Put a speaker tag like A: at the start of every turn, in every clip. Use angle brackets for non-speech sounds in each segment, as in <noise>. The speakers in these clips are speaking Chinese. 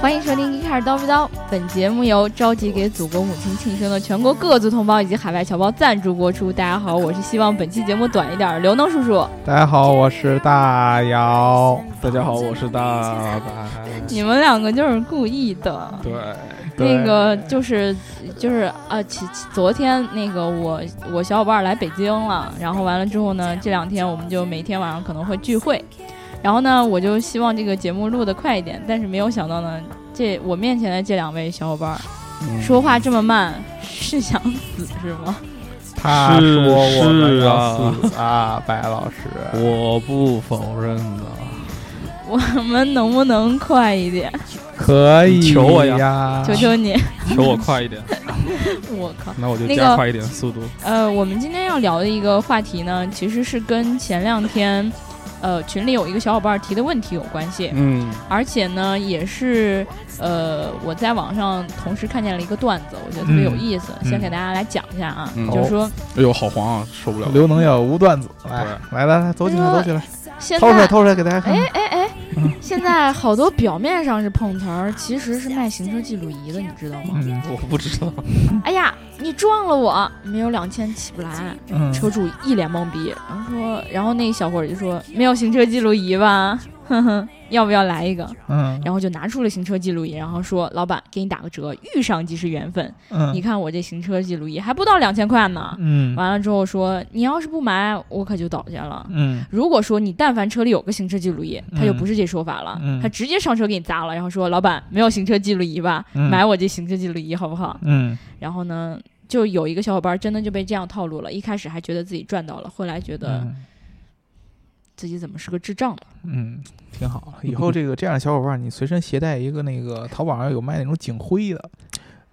A: 欢迎收听《一开始叨不叨》，本节目由召集给祖国母亲庆生的全国各族同胞以及海外侨胞赞助播出。大家好，我是希望本期节目短一点儿，刘能叔叔。
B: 大家好，我是大姚。
C: 大家好，我是大白。
A: 你们两个就是故意的。
C: 对，
B: 对
A: 那个就是就是啊，其其昨天那个我我小伙伴来北京了，然后完了之后呢，这两天我们就每天晚上可能会聚会，然后呢，我就希望这个节目录得快一点，但是没有想到呢，这我面前的这两位小伙伴儿
B: 嗯
A: 说话这么慢，是想死是吗？ <laughs>
B: 他
C: 是
B: 说我们
C: 是
B: 要
C: 啊
B: 死啊，白老师。
C: 我不否认的。
A: 我们能不能快一点？
B: 可以
C: 你求我
B: 呀，
A: 求求你！ <laughs>
C: 求我快一点，
A: 我靠！
C: 那我就
A: 那
C: 加
A: 个
C: 快一点速度。
A: 呃，我们今天要聊的一个话题呢，其实是跟前两天，呃，群里有一个小伙伴提的问题有关系，
C: 嗯，
A: 而且呢，也是呃，我在网上同时看见了一个段子，我觉得特别有意思，
C: 嗯
A: 先给大家来讲一下啊，
C: 嗯
A: 就是说
C: 哎呦，好黄啊，受不了。
B: 刘能有无段子，来来来来，走起来，走起来，
A: 现
B: 掏出来，
A: 在。
B: 掏出来，给大家看
A: 哎
B: 看。
A: 哎哎！现在好多表面上是碰瓷儿，其实是卖行车记录仪的，你知道吗？
B: 嗯
C: 我不知道，
A: 哎呀，你撞了我，没有两千起不来。
B: 嗯，
A: 车主一脸懵逼，然后说，然后那小伙儿就说没有行车记录仪吧， <laughs> 哼哼，要不要来一个？
B: 嗯
A: 然后就拿出了行车记录仪，然后说老板给你打个折，遇上即是缘分。你
B: 嗯
A: 看我这行车记录仪还不到两千块呢。
B: 嗯
A: 完了之后说你要是不买，我可就倒下了。
B: 嗯
A: 如果说你但凡车里有个行车记录仪，他就不是这说法了，
B: 嗯
A: 他直接上车给你砸了，然后说老板没有行车记录仪吧，
B: 嗯
A: 买我这行车记录仪好不好？
B: 嗯
A: 然后呢，就有一个小伙伴真的就被这样套路了，一开始还觉得自己赚到了，后来觉得
B: 嗯
A: 自己怎么是个智障呢？
B: 嗯，挺好。以后这个这样的小伙伴，你随身携带一个那个淘宝上有卖那种警徽的，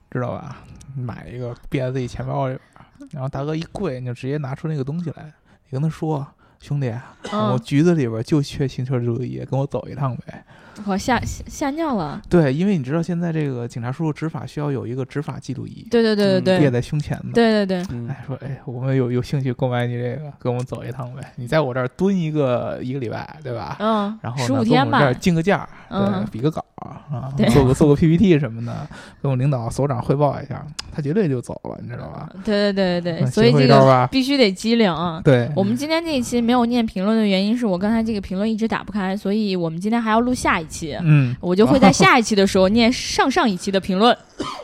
B: 知道吧？买一个别在自己钱包里边儿，然后大哥一跪，你就直接拿出那个东西来，你跟他说。兄弟，啊我
A: 嗯，
B: 局子里边就缺行车记录仪，跟我走一趟呗。
A: 我吓吓吓尿了。
B: 对，因为你知道现在这个警察叔叔执法需要有一个执法记录仪，
A: 对对对对
B: 列
A: 对
B: 在胸前的。
A: 对对对，
C: 嗯
B: 哎，说哎，我们有有兴趣购买你这个，跟我们走一趟呗。你在我这儿蹲一个一个礼拜，对吧？
A: 嗯，
B: 然后呢
A: 十五
B: 跟我
A: 天
B: 们
A: 吧
B: 这儿，竞个价儿，
A: 嗯
B: 对，比个稿儿啊
A: 对，
B: 做个做个 PPT 什么的，跟我领导、所长汇报一下，他绝对就走了，你知道吧？
A: 对对对对对，
B: 嗯
A: 所以
B: 学会
A: 这
B: 一招
A: 个
B: 吧，
A: 必须得机灵啊。
B: 对，
A: 我们今天这一期没有念评论的原因是我刚才这个评论一直打不开，所以我们今天还要录下一期，
B: 嗯，
A: 我就会在下一期的时候念上上一期的评
B: <laughs>
A: 论。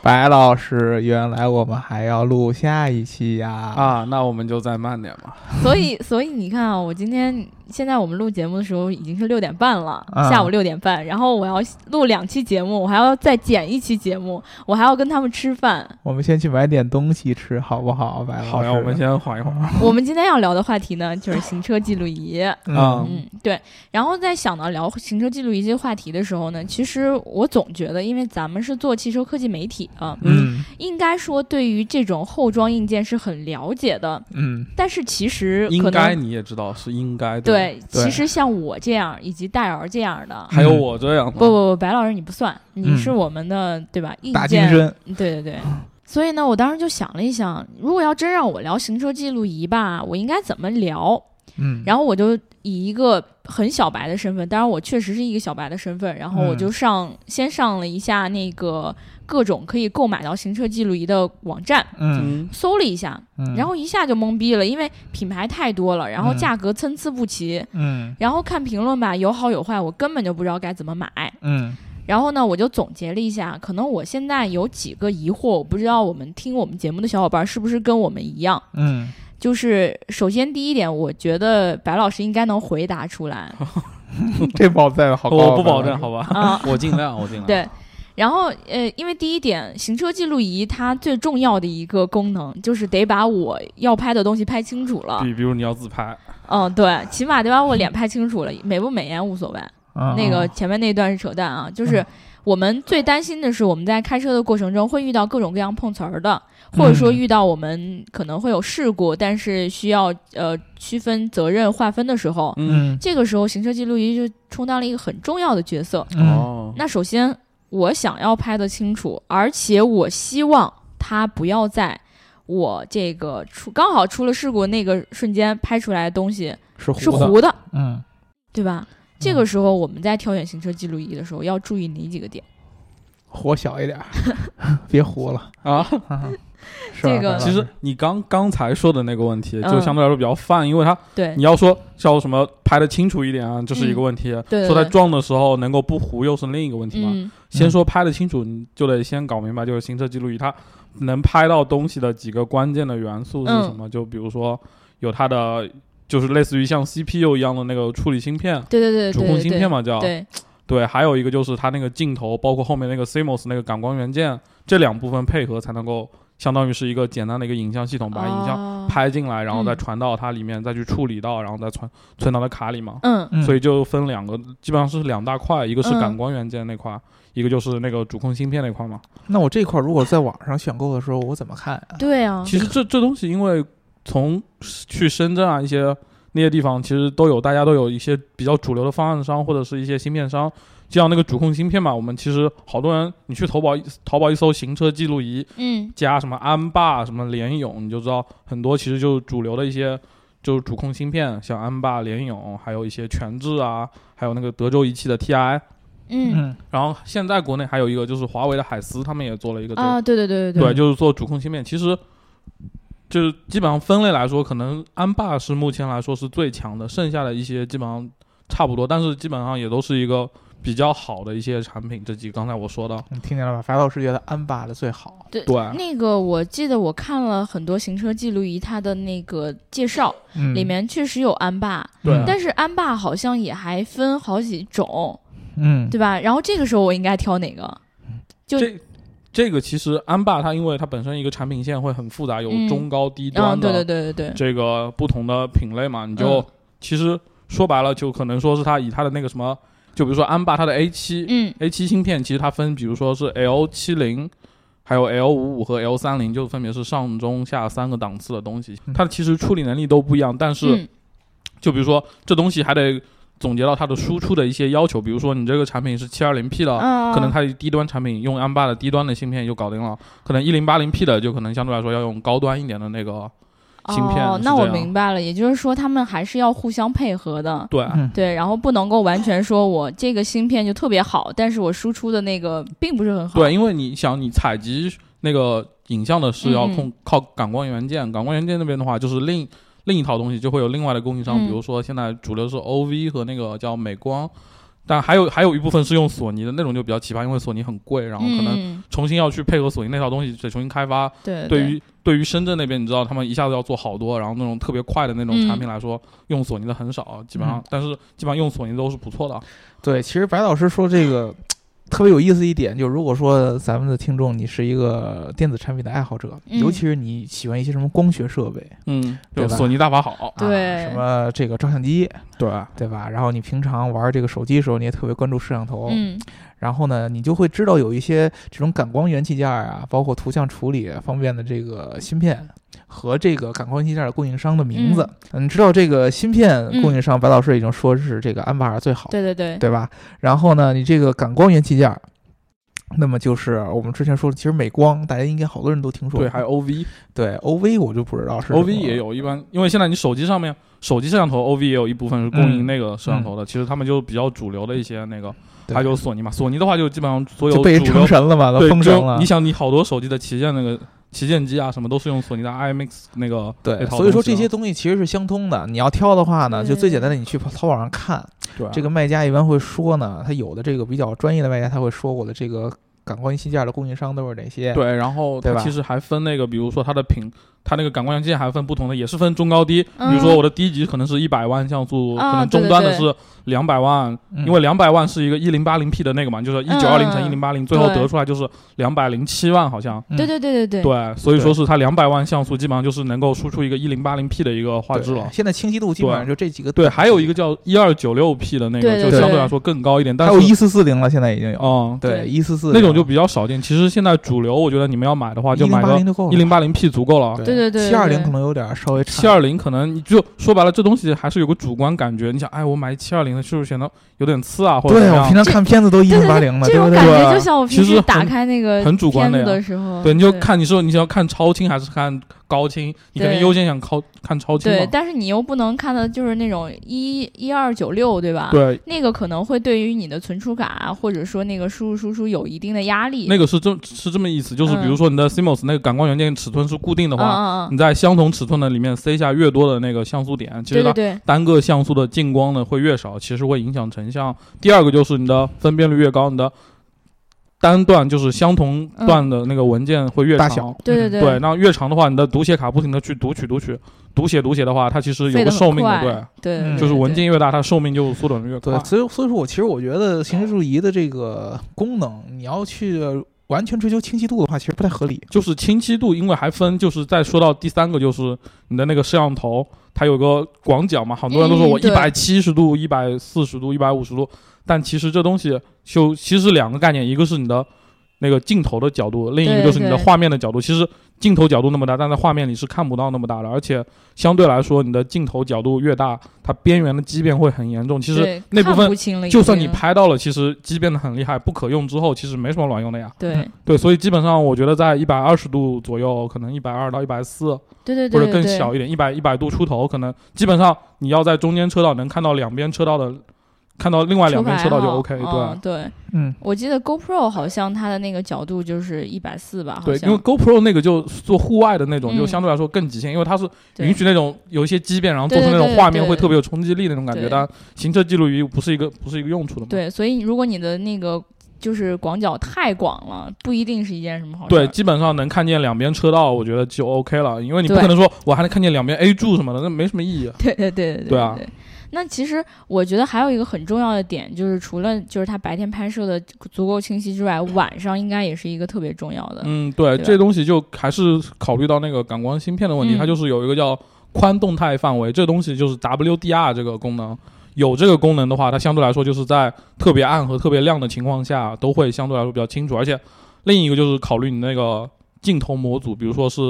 B: 白老师，原来我们还要录下一期呀！啊，
C: 啊，那我们就再慢点吧。
A: 所以，所以你看啊，我今天现在我们录节目的时候已经是六点半了，
B: 啊
A: 下午六点半，然后我要录两期节目，我还要再剪一期节目，我还要跟他们吃
B: <laughs>
A: 饭。
B: 我们先去买点东西吃，好不好，白老师？
C: 好呀，我们先缓一会儿。
A: 我们今天要聊的话题呢，就是行车记录仪。
B: 啊，
A: 嗯，对。然后在想到聊行车记录仪这个话题的时候呢，其实我总觉得，因为咱们是做汽车科技媒体啊，
B: 嗯
A: 应该说对于这种后装硬件是很了解的，
B: 嗯
A: 但是其实
C: 应
A: 可
C: 该
A: 能。
C: 你也知道是应该的。，
A: 对，
B: 对
A: 其实像我这样以及戴尔这样的，
C: 还有我这样的。
A: 不不不，白老师你不算，你
B: 嗯
A: 是我们的、对吧？意
B: 大精
A: 见，
B: 深，
A: 对对对。所以呢，我当时就想了一想，如果要真让我聊行车记录仪吧，我应该怎么聊？
B: 嗯，
A: 然后我就以一个很小白的身份，当然我确实是一个小白的身份，然后
B: 嗯
A: 我就上、先上了一下那个各种可以购买到行车记录仪的网站，
B: 嗯
C: 嗯，
A: 搜了一下，
B: 嗯，
A: 然后一下就懵逼了，因为品牌太多了，然后
B: 嗯
A: 价格参差不齐，
B: 嗯
A: 然后看评论吧，有好有坏，我根本就不知道该怎么买。
B: 嗯
A: 然后呢，我就总结了一下，可能我现在有几个疑惑，我不知道我们听我们节目的小伙伴是不是跟我们一样。 <laughs>
B: 嗯
A: 就是首先第一点，我觉得白老师应该能回答出
B: <laughs>
A: 来
B: 嗯，这保证好高啊，
C: 我不保证，
B: 白老师
C: 好吧？
A: 啊，
C: 我尽量，我尽量。
A: 对。然后呃，因为第一点，行车记录仪它最重要的一个功能就是得把我要拍的东西拍清楚了。
C: 比比如你要自拍，
A: 嗯，对，起码得把我脸拍清楚了，美不美颜无所谓。
B: 嗯
A: 那个前面那段是扯淡啊，就是我们最担心的是我们在开车的过程中会遇到各种各样碰瓷儿的，或者说
B: 嗯
A: 遇到我们可能会有事故，但是需要呃区分责任划分的时候，
B: 嗯
A: 这个时候行车记录仪就充当了一个很重要的角色。
B: 嗯
C: 哦，
A: 那首先我想要拍得清楚，而且我希望它不要在。我这个出刚好出了事故那个瞬间拍出来的东西
B: 是
A: 是
B: 糊的，
A: 糊的，
B: 嗯
C: 嗯
A: 对吧？这个时候我们在挑选行车记录仪的时候要注意哪几个点？
B: 火小一点儿， <laughs> 别
A: <laughs>
B: 糊了。
C: 啊。
B: 是
A: 这
B: 吧
A: 个
B: 白老师
C: 其实你刚刚才说的那个问题，
A: 嗯
C: 就相对来说比较泛，因为它
A: 对
C: 你要说叫什么拍的清楚一点啊，这是一个问题。
A: 嗯对对
C: 说它
A: 对
C: 撞的时候能够不糊，又是另一个问题嘛。
A: 嗯
C: 先说拍的清楚，你就得先搞明白，就是行车记录仪它能拍到东西的几个关键的元素是什么？
A: 嗯
C: 就比如说有它的，就是类似于像 CPU 一样的那个处理芯片，啊
A: 对对对对
C: 主控芯片
A: 嘛，
C: 嘛叫。
A: 对
C: 对还有一个就是它那个镜头，包括后面那个 CMOS 那个感光元件，这两部分配合才能够相当于是一个简单的一个影像系统，把
A: 哦
C: 影像
A: 像，
C: 拍进来，然后再
A: 嗯
C: 传到它里面，再去处理到，然后再存存到它卡里嘛。
A: 嗯
B: 嗯
C: 所以就分两个，基本上是两大块，一个是
A: 嗯
C: 感光元件那块，一个就是那个主控芯片那块嘛。
B: 那我这块儿如果在网上选购的时候，我怎么看啊？
A: 对啊，
C: 其实这这东西，因为从去深圳啊一些那些地方，其实都有大家都有一些比较主流的方案商或者是一些芯片商，就像那个主控芯片嘛，我们其实好多人你去淘宝一淘宝一搜行车记录仪
A: 嗯
C: 加什么安霸什么联咏，你就知道很多其实就是主流的一些。就是主控芯片，像安霸、联咏，还有一些全志啊，还有那个德州仪器的 TI，
A: 嗯
B: 嗯，
C: 然后现在国内还有一个就是华为的海思，他们也做了一个这个，
A: 啊，对对对
C: 嗯对，
A: 对，
C: 就是做主控芯片。其实就是基本上分类来说，可能安霸是目前来说是最强的，剩下的一些基本上差不多，但是基本上也都是一个比较好的一些产品。这几个刚才我说的，
B: 你嗯听见了吧？白老师觉得安霸的最好。
A: 对
C: 对
A: 那个我记得我看了很多行车记录仪，它的那个介绍
B: 嗯，
A: 里面确实有安霸，
C: 对
B: 嗯
A: 但是安霸好像也还分好几种，
B: 嗯，
A: 对吧？然后这个时候我应该挑哪个？就
C: 这这个其实安霸它因为它本身一个产品线会很复杂，有
A: 嗯
C: 中高低端
A: 嗯，
C: 的，
A: 对对对对对，
C: 这个不同的品类嘛，你就、
A: 嗯
C: 其实说白了，就可能说是它以它的那个什么，就比如说安霸它的 A 七、
A: 嗯
C: A 七芯片，其实它分，比如说是 L 七零，还有 L 五五和 L 三零，就分别是上中下三个档次的东西
B: 嗯。
C: 它其实处理能力都不一样，但是、
A: 嗯
C: 就比如说这东西还得总结到它的输出的一些要求，比如说你这个产品是七二零 P 的。
A: 啊，
C: 可能它低端产品用安霸的低端的芯片就搞定了，可能一零八零 P 的就可能相对来说要用高端一点的那个芯片
A: 哦
C: 是，
A: 那我
C: 这样
A: 明白了，也就是说他们还是要互相配合的。
C: 对，
B: 嗯
A: 对，然后不能够完全说我这个芯片就特别好，但是我输出的那个并不是很好。
C: 对，因为你想，你采集那个影像的是要
A: 嗯嗯
C: 控、靠感光元件，感光元件那边的话就是另另一套东西，就会有另外的供应商，
A: 嗯
C: 比如说现在主流是 OV 和那个叫美光，但还有还有一部分是用索尼的那种就比较奇葩，因为索尼很贵，然后可能
A: 嗯、
C: 重新要去配合索尼那套东西，得重新开发。
A: 对
C: 对于对于深圳那边，你知道他们一下子要做好多，然后那种特别快的那种
A: 嗯
C: 产品来说，用索尼的很少，基本上，
B: 嗯
C: 但是基本上用索尼都是不错的。
B: 对，其实白老师说这 <laughs> 个特别有意思一点，就如果说咱们的听众你是一个电子产品的爱好者，
A: 嗯
B: 尤其是你喜欢一些什么光学设备，
C: 嗯，
B: 对
C: 就
B: 吧
C: 索尼大法好。
A: 对
B: 啊、什么这个照相机，
C: 对，
B: 对吧？然后你平常玩这个手机的时候，你也特别关注摄像头，
A: 嗯
B: 然后呢，你就会知道有一些这种感光元器件啊，包括图像处理啊方面的这个芯片。和这个感光元器件的供应商的名字，嗯，知道这个芯片供应商，白老师已经说是这个安巴尔最好，
A: 嗯对对对
B: 对吧？然后呢，你这个感光元器件儿，那么就是我们之前说的，其实美光大家应该好多人都听说过，
C: 对，还有 OV，
B: 对 OV 我就不知道是
C: O V
B: 什么了
C: 也，有，一般因为现在你手机上面手机摄像头 O V 也有一部分是供
B: 嗯
C: 应那个摄像头的，其实他们就比较主流的一些那个，
B: 对
C: 还有索尼嘛，索尼的话就基本上所有
B: 就
C: 主
B: 被
C: 流
B: 人成神了嘛，都
C: 对，
B: 封
C: 就
B: 神了
C: 你。想，你好多手机的旗舰那个旗舰机啊，什么都是用索尼的 IMX 那个
B: 对
C: 那，套
B: 所以说
C: 东西
B: 这
C: 啊
B: 些东西其实是相通的。你要挑的话呢，就最
A: 对
B: 简单的，你去淘宝上看，
C: 对啊
B: 这个卖家一般会说呢，他有的这个比较专业的卖家，他会说我的这个感光元器件的供应商都是哪些。
C: 对，然后
B: 对
C: 它
B: 吧
C: 其实还分那个，比如说它的屏，它那个感光元件还分不同的，也是分中高低。
A: 嗯
C: 比如说我的低级可能是一百万像素，
A: 啊
C: 可能
A: 对
C: 中
A: 对
C: 端的
A: 对
C: 是两百万，
B: 嗯，
C: 因为两百万是一个一零八零 P 的那个嘛，就是一九二零
A: 嗯
C: 乘一零八零，最后
A: 对
C: 得出来就是两百零七万，好像。
B: 嗯
A: 对对对对对，
C: 对，所以说是它两百万像素，基本上就是能够输出一个一零八零 P 的一个画质
B: 对
C: 了。
B: 现在清晰度基本上就这几个。
C: 对，还有一个叫一二九六 P 的那
A: 对
C: 个，
A: 对
C: 就
B: 对
C: 相对来说更高一点，但
B: 还
C: 是
B: 有一四四零了，现在已经有。
C: 嗯，
A: 对
B: 对，一四四
C: 那种就比较少见。其实现在主流，我觉得你们要买的话，
B: 一
C: 就
B: 零
C: 买
B: 八
C: 个
B: 零就够了。
C: 一零八零 P 足够了。
A: 对对对对
B: 七二零
A: 对
B: 可能有点儿稍微
C: 七
B: 差。
C: 二零可能你就说白了，这东西还是有个主观感觉。你想，哎，我买七二零的，是不是显得有点次啊，或者怎
B: 对
C: 么
B: 我平
C: 样？
B: 常看片子都一零八零的，
A: 这
B: 对
A: 种
B: 不对
A: 感？觉
C: 对啊
A: 就像我
C: 其
A: 平
C: 实
A: 时
C: 很
A: 打开那个
C: 很主观的
A: 片子
C: 呀
A: 时候，
C: 对，你就看你说你是要看超清还是看高清，你可能
A: 对
C: 优先想靠看超清
A: 对
C: 嘛，。
A: 但是你又不能看的就是那种一一二九六，对吧？
C: 对，
A: 那个可能会对于你的存储卡啊或者说那个输入输出有一定的压力。
C: 那个是这是这么意思，就是比如说你的 CMOS 那个感光元件尺寸是固定的
A: 嗯
C: 话，
A: 嗯嗯，
C: 你在相同尺寸的里面塞下越多的那个像素点，其
A: 对
C: 实
A: 对
C: 它
A: 对，
C: 单个像素的进光呢会越少，其实会影响成像。第二个就是你的分辨率越高，你的单段就是相同
A: 嗯
C: 段的那个文件会越
B: 大
C: 长。
B: 小
A: 对对
B: 嗯
A: 对
C: 对，那越长的话，你的读写卡不停的去读取、读取、读写、读写的话，它其实有
A: 费得
C: 个寿
A: 很
C: 命
A: 快
C: 的，。对，
A: 对对，
B: 嗯
A: 对
C: 就是文。
A: 对
C: 件越大，它寿命就缩短得越快
B: 对，。所以所以说我其实我觉得行车记录仪的这个功能，你要去完全追求清晰度的话，其实不太合理。
C: 就是清晰度，因为还分，就是再说到第三个，就是你的那个摄像头，它有个广角嘛，很多人都说
A: 嗯
C: 我一
A: 对
C: 百七十度、一百四十度、一百五十度，但其实这东西就其实两个概念，一个是你的那个镜头的角度，另一个
A: 对
C: 就是你的
A: 对
C: 画面的角度。其实镜头角度那么大，但在画面里是看不到那么大的，而且相对来说，你的镜头角度越大，它边缘的畸变会很严重。其实
A: 对
C: 那部
A: 看
C: 分
A: 不清了已经，
C: 就算你拍到了，其实畸变的很厉害，不可用之后，其实没什么卵用的呀。
A: 对
C: 对，所以基本上我觉得在一百二十度左右，可能一百二到一百四，
A: 对对对，
C: 或者
A: 对
C: 更
A: 对
C: 小一点，一百一百度出头，可能基本上你要在中间车道能看到两边车道的，看到另外两边车道就
A: 出牌号
C: OK 对。
A: 嗯对，
B: 嗯，
A: 我记得 GoPro 好像它的那个角度就是一百四吧，好
C: 对，
A: 像
C: 因为 GoPro 那个就做户外的那种，
A: 嗯
C: 就相对来说更极限，因为它是
A: 对
C: 允许那种有一些畸变，然后做
A: 对
C: 成那
A: 对
C: 种
A: 对
C: 画面
A: 对
C: 会特别有冲击力那种感觉。
A: 对
C: 但行车记录仪不是一个不是一个用处的嘛？
A: 对，所以如果你的那个就是广角太广了，不一定是一件什么好事
C: 对，
A: 儿。
C: 基本上能看见两边车道，我觉得就 OK 了，因为你不
A: 对
C: 可能说我还能看见两边 A 柱什么的，那没什么意义啊。
A: 对对对对
C: 对啊
A: 对那其实我觉得还有一个很重要的点，就是除了就是它白天拍摄的足够清晰之外，晚上应该也是一个特别重要的。
C: 嗯，对，
A: 对吧
C: 这东西就还是考虑到那个感光芯片的问题，
A: 嗯
C: 它就是有一个叫宽动态范围，这东西就是 WDR 这个功能。有这个功能的话，它相对来说就是在特别暗和特别亮的情况下，都会相对来说比较清楚。而且另一个就是考虑你那个镜头模组，比如说是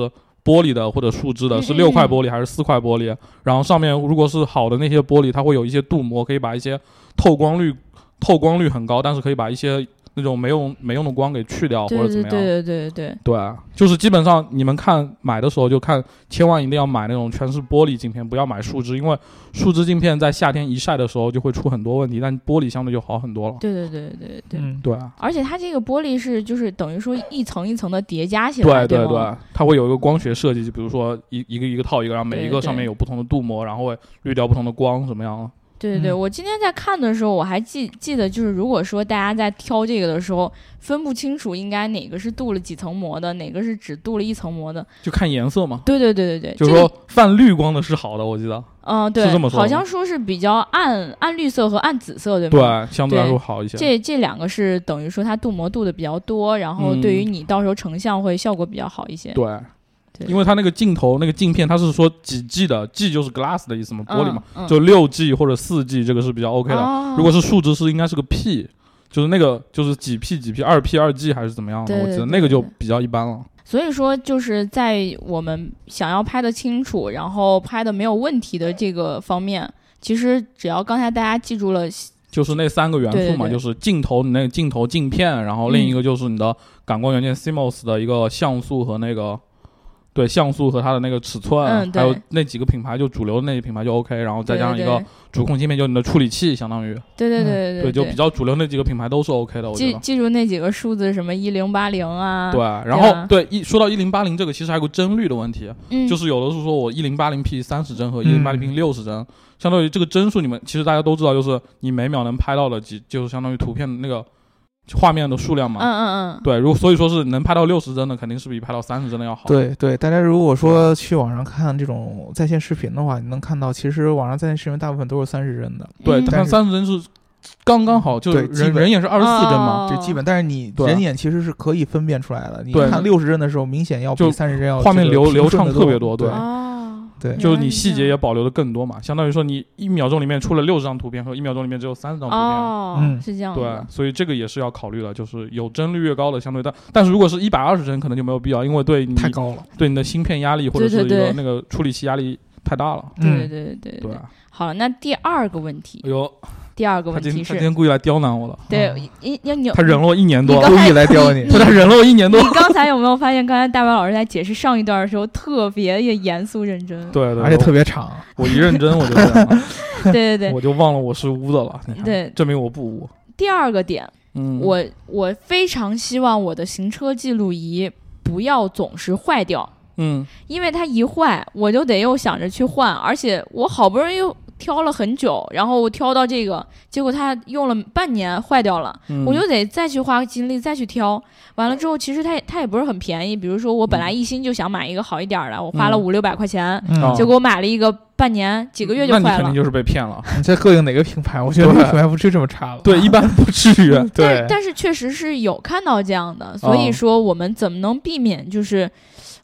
C: 玻璃的或者树脂的，
A: 嗯
C: 是
A: 嗯
C: 六块玻璃还是四块玻璃？然后上面如果是好的那些玻璃，它会有一些镀膜，可以把一些透光率透光率很高，但是可以把一些那种没用没用的光给去掉或
A: 对
C: 者怎
A: 对
C: 么
A: 对
C: 样。
A: 对对对对
C: 对啊，就是基本上你们看买的时候就看，千万一定要买那种全是玻璃镜片，不要买树脂，因为树脂镜片在夏天一晒的时候就会出很多问题，但玻璃相对就好很多了。
A: 对对对对对。
B: 嗯，
C: 对啊，
A: 而且它这个玻璃是就是等于说一层一层的叠加起来，
C: 对啊对
A: 吗？
C: 对，它会有一个光学设计，就比如说一一个一个套一个，然后每一
A: 对
C: 个
A: 对
C: 上面有不同的镀膜，然后会滤掉不同的光，怎么样啊了？
A: 对对对，
B: 嗯
A: 我今天在看的时候，我还记记得，就是如果说大家在挑这个的时候，分不清楚应该哪个是镀了几层膜的，哪个是只镀了一层膜的。
C: 就看颜色嘛，
A: 对对对对对，
C: 就
A: 这
C: 是
A: 个
C: 说泛绿光的是好的，我记得，
A: 嗯，对，
C: 是这么说的
A: 好像说是比较暗暗绿色和暗紫色，对吗？
C: 对，相对来说好一些。
A: 这这两个是等于说它镀膜镀的比较多，然后
C: 嗯
A: 对于你到时候成像会效果比较好一些。
C: 对，
A: 对
C: 因为它那个镜头那个镜片，它是说几 G 的，G 就是 glass 的意思嘛，玻璃嘛。
A: 嗯，嗯、
C: 就六 G 或者四 G 这个是比较 OK 的。
A: 哦
C: 如果是数值是应该是个 P，就是那个就是几 P 几 P 二 P 二 G 还是怎么样的，
A: 对
C: 我记得
A: 对
C: 那个就
A: 对
C: 比较一般了。
A: 所以说，就是在我们想要拍的清楚，然后拍的没有问题的这个方面，其实只要刚才大家记住了，
C: 就是那三个元素嘛，
A: 对对对嗯
C: 就是镜头，你那个镜头镜片，然后另一个就是你的感光元件 CMOS 的一个像素和那个，对像素和它的那个尺寸，
A: 嗯对
C: 还有那几个品牌就主流的那些品牌就 OK，然后再加上一个主控芯片，就是你的处理器，相当于
A: 对对对对对
C: 就比较主流那几个品牌都是 OK 的，我觉
A: 记
C: 得。
A: 记住那几个数字，什么一零八零啊，
C: 对，然后
A: 啊
C: 对一说到一零八零这个，其实还有个帧率的问题，
A: 嗯，
C: 就是是有的是说我一零八零 P 三十帧和一零八零 P
B: 嗯
C: 六十帧，相当于这个帧数，你们其实大家都知道，就是你每秒能拍到的几，就是相当于图片的那个画面的数量
A: 嗯
C: 嘛。
A: 嗯嗯，
C: 对，如果所以说是能拍到六十帧的，肯定是比拍到三十帧的要好。
B: 对对，大家如果说去网上看这种在线视频的话，你能看到，其实网上在线视频大部分都是三十帧的，
C: 对，
A: 嗯
C: 它看三十帧是刚刚好，就是
B: 对基
C: 人
B: 本
C: 人眼是二十四帧嘛，
A: 哦
B: 这基本。但是你
C: 对
B: 人眼其实是可以分辨出来的，你
C: 对
B: 看六十帧的时候，明显要
C: 就
B: 比三十帧要
C: 画面
B: 这个
C: 流
B: 平
C: 流畅
B: 顺得
C: 特别多
B: 对
C: 对
A: 哦，
B: 对
A: 原
C: 就是
A: 来
C: 你
A: 是
C: 细
A: 这
C: 节也
A: 样
C: 保留的更多嘛，相当于说你一秒钟里面出了六十张图片和一秒钟里面只有三十张图片。啊
A: 哦，
B: 嗯
A: 是这样
C: 对
A: 的，，
C: 所以这个也是要考虑的，就是有帧率越高的相对大，但是如果是一百二十帧，可能就没有必要，因为对你
B: 太高了。
C: 对你的芯片压力或者
A: 对
C: 是
A: 对
C: 一个
A: 对
C: 那个处理器压力太大了。
A: 对对
B: 嗯
A: 对对对
C: 对
A: 对。
C: 啊，
A: 好了，那第二个问题
C: 哎，呦，
A: 第二个
C: 他
A: 问
C: 今
A: 题
C: 他今
A: 是，
C: 天故意来刁难我了，
A: 对，因要你
C: 他忍了我一年
A: 你
C: 多，
A: 刚
B: 故
A: 才
B: 意来刁你
A: 呃你
C: 不 <laughs> 是他忍了我一年
A: 你
C: 多。
A: 刚才有没有发现，刚才大白老师在解释上一段的时候特别也严肃认真？
C: 对对，
B: 而且特别
C: 别，
B: 长。
C: 我一认真我就这样了，
A: 对对 <laughs> 对
C: 我就忘了我是污的了。你看
A: 对
C: 证明我不污。
A: 第二个点，
C: 嗯，
A: 我我非常希望我的行车记录仪不要总是坏掉，
C: 嗯
A: 因为它一坏，我就得又想着去换，而且我好不容易又挑了很久，然后我挑到这个，结果它用了半年坏掉了，
C: 嗯，
A: 我就得再去花精力再去挑。完了之后，其实它也它也不是很便宜，比如说我本来一心就想买一个好一点儿的，我花了
C: 嗯
A: 五六百块钱，
B: 嗯，
C: 哦
A: 结果我买了一个半年几个月就
C: 那你
A: 坏
C: 肯
A: 了
C: 定。就是被
A: <laughs>
C: 骗了。
B: 你在膈应哪个品牌？我觉得 <laughs> 这
C: 对
B: 个品牌不至于这么差了。
C: 对，一般不至于。
A: 但
B: 对
A: 是，但是确实是有看到这样的，所以说我们怎么能避免？就是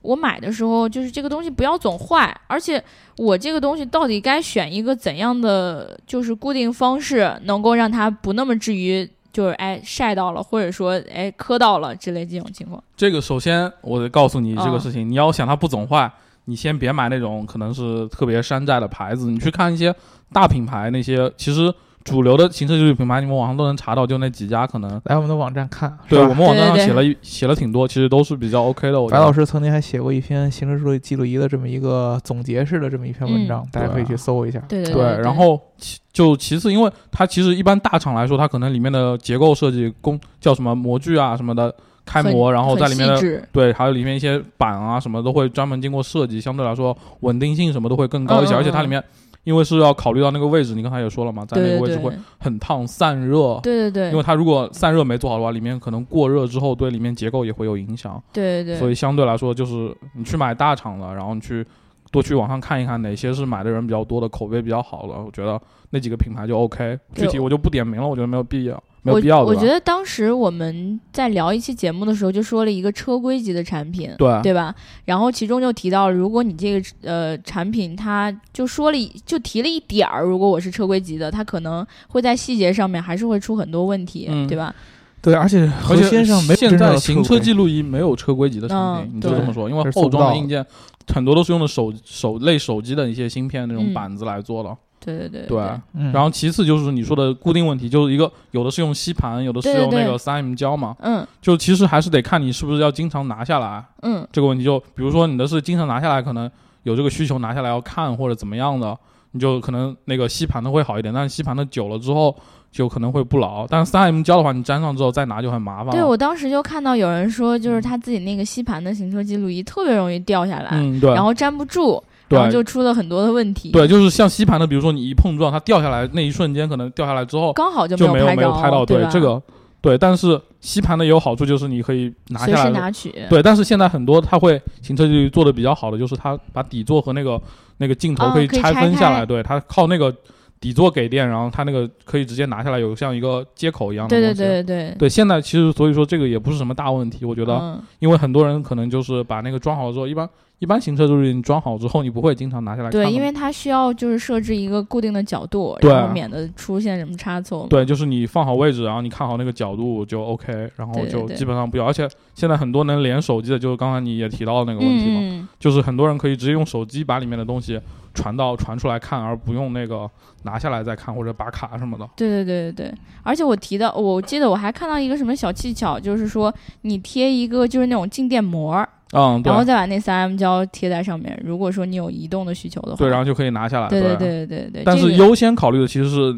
A: 我买的时候，就是这个东西不要总坏，而且我这个东西到底该选一个怎样的就是固定方式，能够让它不那么至于就是哎晒到了，或者说哎磕到了之类这种情况。
C: 这个首先我得告诉你这个
A: 嗯
C: 事情，你要想它不总坏，你先别买那种可能是特别山寨的牌子，你去看一些大品牌那些，其实主流的行车记录品牌，你们网上都能查到，就那几家可能。
B: 来我们的网站看。
C: 对
B: 是
C: 我
B: 吧
C: 们网站上
A: 对对对
C: 写了一写了挺多，其实都是比较 OK 的。我觉
B: 白
C: 得
B: 老师曾经还写过一篇行车记录记录仪的这么一个总结式的这么一篇文章，大家可以去搜一下。
A: 嗯对对
C: 对，然后其就其次，因为它其实一般大厂来说，它可能里面的结构设计工叫什么模具啊什么的开
A: 很
C: 模，然后
A: 很
C: 在里面
A: 细
C: 的
A: 致
C: 对，还有里面一些板啊什么都会专门经过设计，相对来说稳定性什么都会更高一些，
A: 嗯嗯
C: 而且它里面因为是要考虑到那个位置，你刚才也说了嘛，在那
A: 对
C: 个
A: 对
C: 位置
A: 对
C: 会很烫散热，
A: 对对对，
C: 因为它如果散热没做好的话，里面可能过热之后对里面结构也会有影响，
A: 对对
C: 所
A: 对
C: 以相对来说就是你去买大厂的，然后你去。多去网上看一看哪些是买的人比较多的，口碑比较好的，我觉得那几个品牌就 OK。
A: 对
C: 具体我就不点名了，我觉得没有必要，没有
A: 我
C: 必要
A: 我
C: 对
A: 觉
C: 吧？
A: 得当时我们在聊一期节目的时候，就说了一个车规级的产品，
C: 对啊
A: 对吧？然后其中就提到，如果你这个呃产品，它就说了一就提了一点儿，如果我是车规级的，它可能会在细节上面还是会出很多问题，
C: 嗯
A: 对吧？
B: 对，而且核
C: 而且
B: 心上没有
C: 现
B: 真正
C: 在
B: 的
C: 行
B: 车
C: 车
B: 规
C: 记录仪没有车规级的产
A: 嗯
C: 品，你就这么
B: 对
C: 说，因为
B: 这是
C: 后
B: 做不
C: 装
B: 到
C: 的硬件很多都是用的手手类手机的一些芯片那种
A: 嗯
C: 板子来做的。
A: 对对对
C: 对，啊
B: 嗯，
C: 然后其次就是你说的固定问题，就是一个有的是用吸盘，有的是
A: 对对
C: 用那
A: 对
C: 个三 M 胶嘛，
A: 嗯
C: 就其实还是得看你是不是要经常拿下来
A: 嗯
C: 这个问题就。比如说你的是经常拿下来，可能有这个需求拿下来要看或者怎么样的，你就可能那个吸盘的会好一点，但是吸盘的久了之后就可能会不牢。但是三 M 胶的话，你粘上之后再拿就很麻烦了。
A: 对，我当时就看到有人说，就是
C: 嗯
A: 他自己那个吸盘的行车记录仪特别容易掉下来，
C: 嗯，对，
A: 然后粘不住，然后
C: 对
A: 就出了很多的问题。
C: 对，就是像吸盘的，比如说你一碰撞，它掉下来那一瞬间，可能掉下来之后
A: 刚好就
C: 就
A: 没
C: 没有
A: 拍
C: 没有拍到。
A: 对
C: 对
A: 吧
C: 这个，对，但是吸盘的也有好处，就是你可以拿
A: 随
C: 下
A: 时
C: 来的。
A: 拿取。
C: 对，但是现在很多它会行车记录仪做的比较好的，就是它把底座和那个那个镜头
A: 啊
C: 以
A: 可以
C: 拆
A: 拆
C: 分下
A: 开
C: 来，对，它靠那个底座给电，然后它那个可以直接拿下来，有像一个接口一样的
A: 对对
C: 东西。
A: 对对对，
C: 对现在其实所以说这个也不是什么大问题，我觉得，
A: 嗯，
C: 因为很多人可能就是把那个装好之后，一般一般行车记录仪你装好之后，你不会经常拿下来看
A: 对，
C: 的
A: 因
C: 嘛
A: 为它需要就是设置一个固定的角度，
C: 对
A: 然后免得出现什么差错嘛。
C: 对，就是你放好位置，然后你看好那个角度就 OK，然后
A: 对对
C: 就
A: 对
C: 基本上不要。而且现在很多能连手机的，就是刚才你也提到的那个问题嘛，
A: 嗯嗯
C: 就是很多人可以直接用手机把里面的东西传到传出来看，而不用那个拿下来再看或者拔卡什么的。
A: 对对对对对，而且我提到，我记得我还看到一个什么小技巧，就是说你贴一个就是那种静电膜儿，
C: 嗯，
A: 然后
C: 对，
A: 再把那三 M 胶贴在上面。如果说你有移动的需求的话，
C: 对，然后就可以拿下来。
A: 对
C: 对
A: 对对对对，
C: 但
A: 这
C: 是
A: 个
C: 优先考虑的其实是。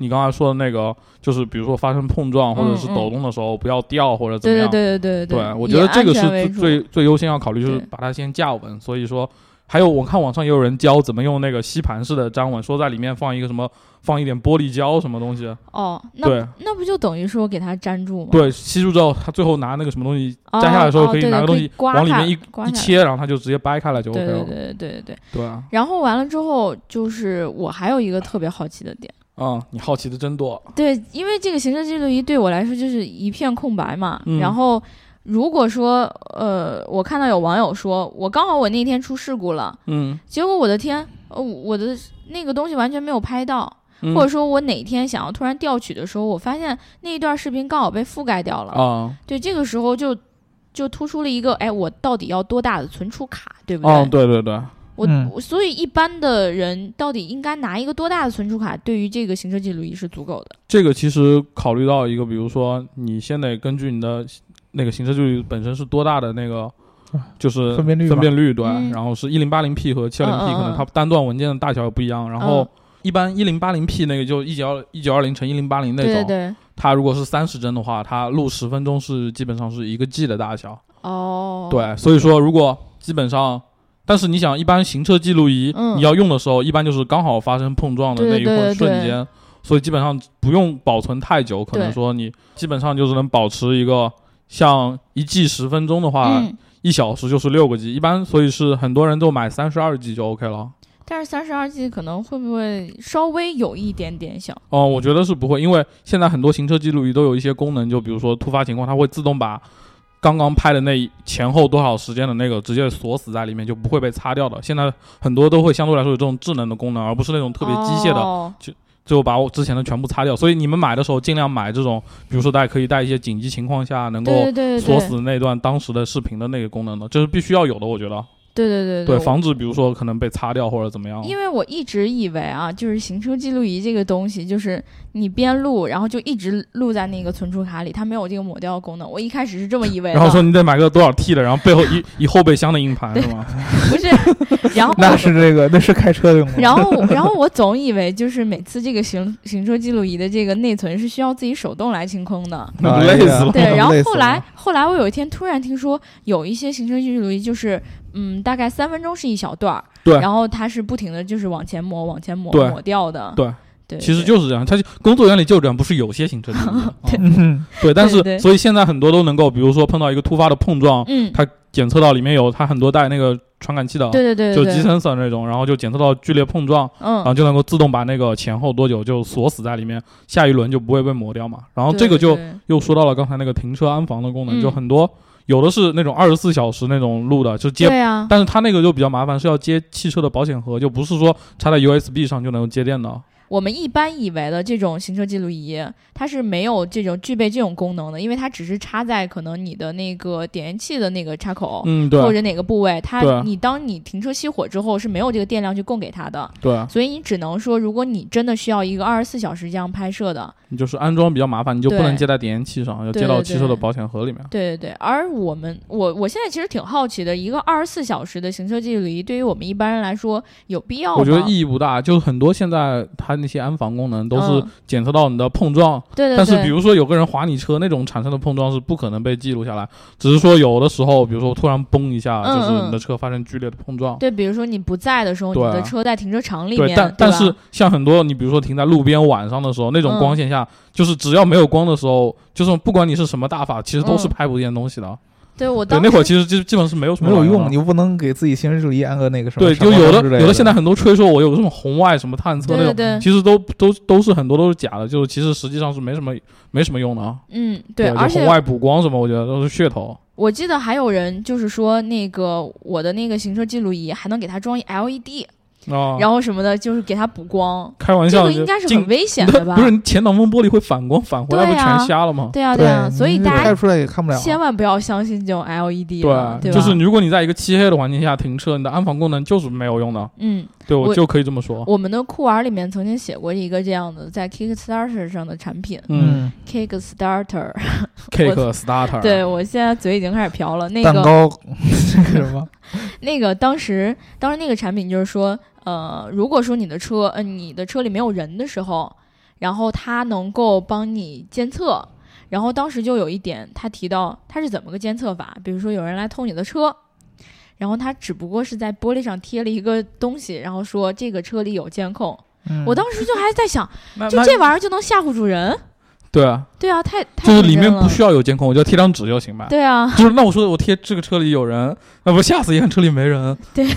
C: 你刚才说的那个，就是比如说发生碰撞或者是
A: 嗯嗯
C: 抖动的时候，不要掉或者怎么
A: 对
C: 样
A: 对。对对对
C: 对，我
A: 以
C: 觉得这
A: 安
C: 个
A: 全
C: 是
A: 为
C: 最
A: 主
C: 最最优先要考虑，就是
A: 对
C: 把它先架稳。所以说，还有我看网上也有人教怎么用那个吸盘式的粘稳，说在里面放一个什么，放一点玻璃胶什么东西，
A: 哦，那
C: 对
A: 那不就等于说给它粘住吗？
C: 对，吸住之后，他最后拿那个什么东西
A: 哦，
C: 摘下来的时候，
A: 哦
C: 可以
A: 对
C: 拿
A: 对
C: 个东西
A: 刮
C: 往里
A: 下
C: 面一
A: 刮
C: 一
A: 下来
C: 切，然后它就直接掰开来就
A: 对对对
C: OK 了。
A: 对对对。
C: 对啊，
A: 然后完了之后，就是我还有一个特别好奇的点。
C: 嗯，你好奇的真多。
A: 对，因为这个行车记录仪对我来说就是一片空白嘛。
C: 嗯
A: 然后，如果说呃，我看到有网友说，我刚好我那天出事故了，
C: 嗯，
A: 结果我的天，呃，我的那个东西完全没有拍到，
C: 嗯
A: 或者说我哪天想要突然调取的时候，我发现那一段视频刚好被覆盖掉了。
C: 啊，
A: 对，这个时候就就突出了一个，哎，我到底要多大的存储卡，对不对？
C: 哦，对对对，
A: 我、
B: 嗯
A: 我所以一般的人到底应该拿一个多大的存储卡，对于这个行车记录仪是足够的？
C: 这个其实考虑到一个，比如说你先得根据你的那个行车记录仪本身是多大的那个
B: 啊，
C: 就是
B: 分辨率吧
C: 分辨率对，
A: 嗯
C: 然后是一零八零 P 和七二
A: 嗯嗯
C: 零 P，可
A: 嗯
C: 能它单段文件的大小也不一样。然后
A: 嗯
C: 一般一零八零 P 那个就一九一九二零乘一零八零那
A: 对对
C: 种，
A: 对，
C: 它如果是三十帧的话，它录十分钟是基本上是一个 G 的大小。
A: 哦，，
C: 对，所以说如果基本上。但是你想，一般行车记录仪、
A: 嗯
C: 你要用的时候，一般就是刚好发生碰撞的那
A: 对
C: 一
A: 对
C: 会
A: 对
C: 瞬
A: 对
C: 间，所以基本上不用保存太久。可能
A: 对
C: 说你基本上就是能保持一个像一 G 十分钟的话，
A: 嗯，
C: 一小时就是六个 G，一般所以是很多人都买三十二 G 就 OK 了。
A: 但是三十二 G 可能会不会稍微有一点点小？
C: 哦、我觉得是不会，因为现在很多行车记录仪都有一些功能，就比如说突发情况，它会自动把刚刚拍的那一前后多少时间的那个直接锁死在里面，就不会被擦掉的。现在很多都会相对来说有这种智能的功能，而不是那种特别机械的，
A: 哦
C: 就把我之前的全部擦掉。所以你们买的时候尽量买这种，比如说大家可以带一些紧急情况下能够
A: 对对对对
C: 锁死那段当时的视频的那个功能的，这是必须要有的，我觉得。
A: 对对对
C: 对，
A: 我
C: 防止比如说可能被擦掉或者怎么样。
A: 因为我一直以为啊，就是行车记录仪这个东西，就是你边录，然后就一直录在那个存储卡里，它没有这个抹掉的功能。我一开始是这么以为的，
C: 然后说你得买个多少 T 的，然后背后一一后备箱的硬盘
A: 对
C: 是吗？
A: 不是，然 <laughs> 后
B: 那是这个，那是开车用
C: <laughs>
B: 的。
A: 然后我然后我总以为就是每次这个行行车记录仪的这个内存是需要自己手动来清空的。
C: 那
B: <laughs> 哎
C: 不
B: 呀
C: 哦累死了 <laughs>
A: 对，然后
B: 累死
A: 后
B: 了
A: 来后来我有一天突然听说有一些行车记录仪就是。嗯，大概三分钟是一小段儿，
C: 对
A: 然后它是不停的就是往前抹，往前抹，
C: 对
A: 抹掉的，
C: 对
A: 对，
C: 其实
A: 对
C: 就是这样，它就工作原理就这样，不是有些行
A: <laughs>
C: 车记录仪啊
B: 嗯，
C: 对，但
A: 对
C: 是
A: 对
C: 所以现在很多都能够，比如说碰到一个突发的碰撞，
A: 嗯，
C: 它检测到里面有它很多带那个传感器的，
A: 对对对
C: 就
A: 对，
C: 是极 sensor 那种，然后就检测到剧烈碰撞，然
A: 嗯
C: 后，就能够自动把那个前后多久就锁死在里面，下一轮就不会被磨掉嘛。然后这个就
A: 对对
C: 又说到了刚才那个停车安防的功能，
A: 嗯
C: 就很多有的是那种二十四小时那种路的，就接
A: 对啊，
C: 但是它那个就比较麻烦，是要接汽车的保险盒，就不是说插在 USB 上就能接电的。
A: 我们一般以为的这种行车记录仪，它是没有这种具备这种功能的，因为它只是插在可能你的那个点烟器的那个插口。
C: 嗯，
A: 或
C: 对
A: 者哪个部位，它
C: 对
A: 你当你停车熄火之后是没有这个电量去供给它的，
C: 对，
A: 所以你只能说，如果你真的需要一个二十四小时这样拍摄的，
C: 你就是安装比较麻烦，你就不
A: 对
C: 能接在点烟器上，要
A: 对
C: 接到
A: 对
C: 汽车的
A: 对
C: 保险盒里面。
A: 对对对。而我们，我我现在其实挺好奇的，一个二十四小时的行车记录仪，对于我们一般人来说有必要吗？
C: 我觉得意义不大，就是很多现在它那些安防功能都是
A: 嗯
C: 检测到你的碰撞，
A: 对对对，
C: 但是比如说有个人划你车那种产生的碰撞是不可能被记录下来，只是说有的时候，比如说突然嘣一下，
A: 嗯
C: 就是你
A: 嗯
C: 的车发生剧烈的碰撞。
A: 对，比如说你不在的时候，你
C: 对啊
A: 的车在停车场里
C: 对
A: 面，，
C: 但
A: 对
C: 但
A: 吧
C: 是像很多你比如说停在路边晚上的时候，那种
A: 嗯
C: 光线下，就是只要没有光的时候，就是不管你是什么打法，其实都是
A: 嗯
C: 拍不见东西的。
A: 对我
C: 对，
A: 当
C: 那会儿
A: 时
C: 其实基基本上是没有什么
B: 没有
C: 玩意儿
B: 用，
C: 的
B: 你。又不能给自己行车记录仪安个那个什么
C: 嗯对，
B: 闪
C: 就
B: 光
C: 有
B: 灯之
C: 的
B: 类
C: 有的现在很多吹说我有什么红外什么探测
A: 对
C: 那
A: 对
C: 种，
A: 对，
C: 其实都都都是很多都是假的，就是其实实际上是没什么没什么用的啊。
A: 嗯，
C: 对，
A: 对，
C: 就
A: 而
C: 红
A: 且
C: 外补光什么，我觉得都是噱头。
A: 我记得还有人就是说，那个我的那个行车记录仪还能给它装一 LED，、
C: 啊，
A: 然后什么的，就是给它补光，
C: 开玩
A: 这
C: 笑，
A: 个应该是
C: 进
A: 很危险
C: <laughs>
A: 的吧？
C: 不是，你前挡风玻璃会反光，反回来不
A: 对啊
C: 全瞎了吗？
A: 对啊
B: 对
A: 啊，所
C: 嗯
A: 以
B: 你
A: 大
B: 拍
A: 家
B: 出来也看不了。
A: 千万不要相信这种 LED，了对吧？
C: 啊
A: 啊
C: 就是如果你在一个漆黑的环境下停车，你的安防功能就是没有用的。
A: 嗯，
C: 对，我
A: 我
C: 就可以这么说。
A: 我们的酷玩里面曾经写过一个这样的在 Kickstarter 上的产品
C: 嗯
A: ，Kickstarter，
C: ，Cake Starter，啊
A: 对我现在嘴已经开始瓢了，那
B: 蛋
A: 个
B: 糕 <laughs> 这个什么，
A: 那个当时，当时那个产品就是说，呃，如果说你的车，呃，你的车里没有人的时候，然后它能够帮你监测。然后当时就有一点，他提到他是怎么个监测法，比如说有人来偷你的车，然后他只不过是在玻璃上贴了一个东西，然后说这个车里有监控。
B: 嗯
A: 我当时就还在想，
C: 那
A: 就
C: <laughs> 那
A: 这玩意儿就能吓唬住人？
C: 对啊，
A: 对啊，太太
C: 就是
A: 认
C: 里面
A: 真了
C: 不需要有监控，我就贴张纸就行呗。
A: 对啊，
C: <laughs> 就是那我说我贴这个车里有人，那不吓死一看车里没人，
A: <laughs>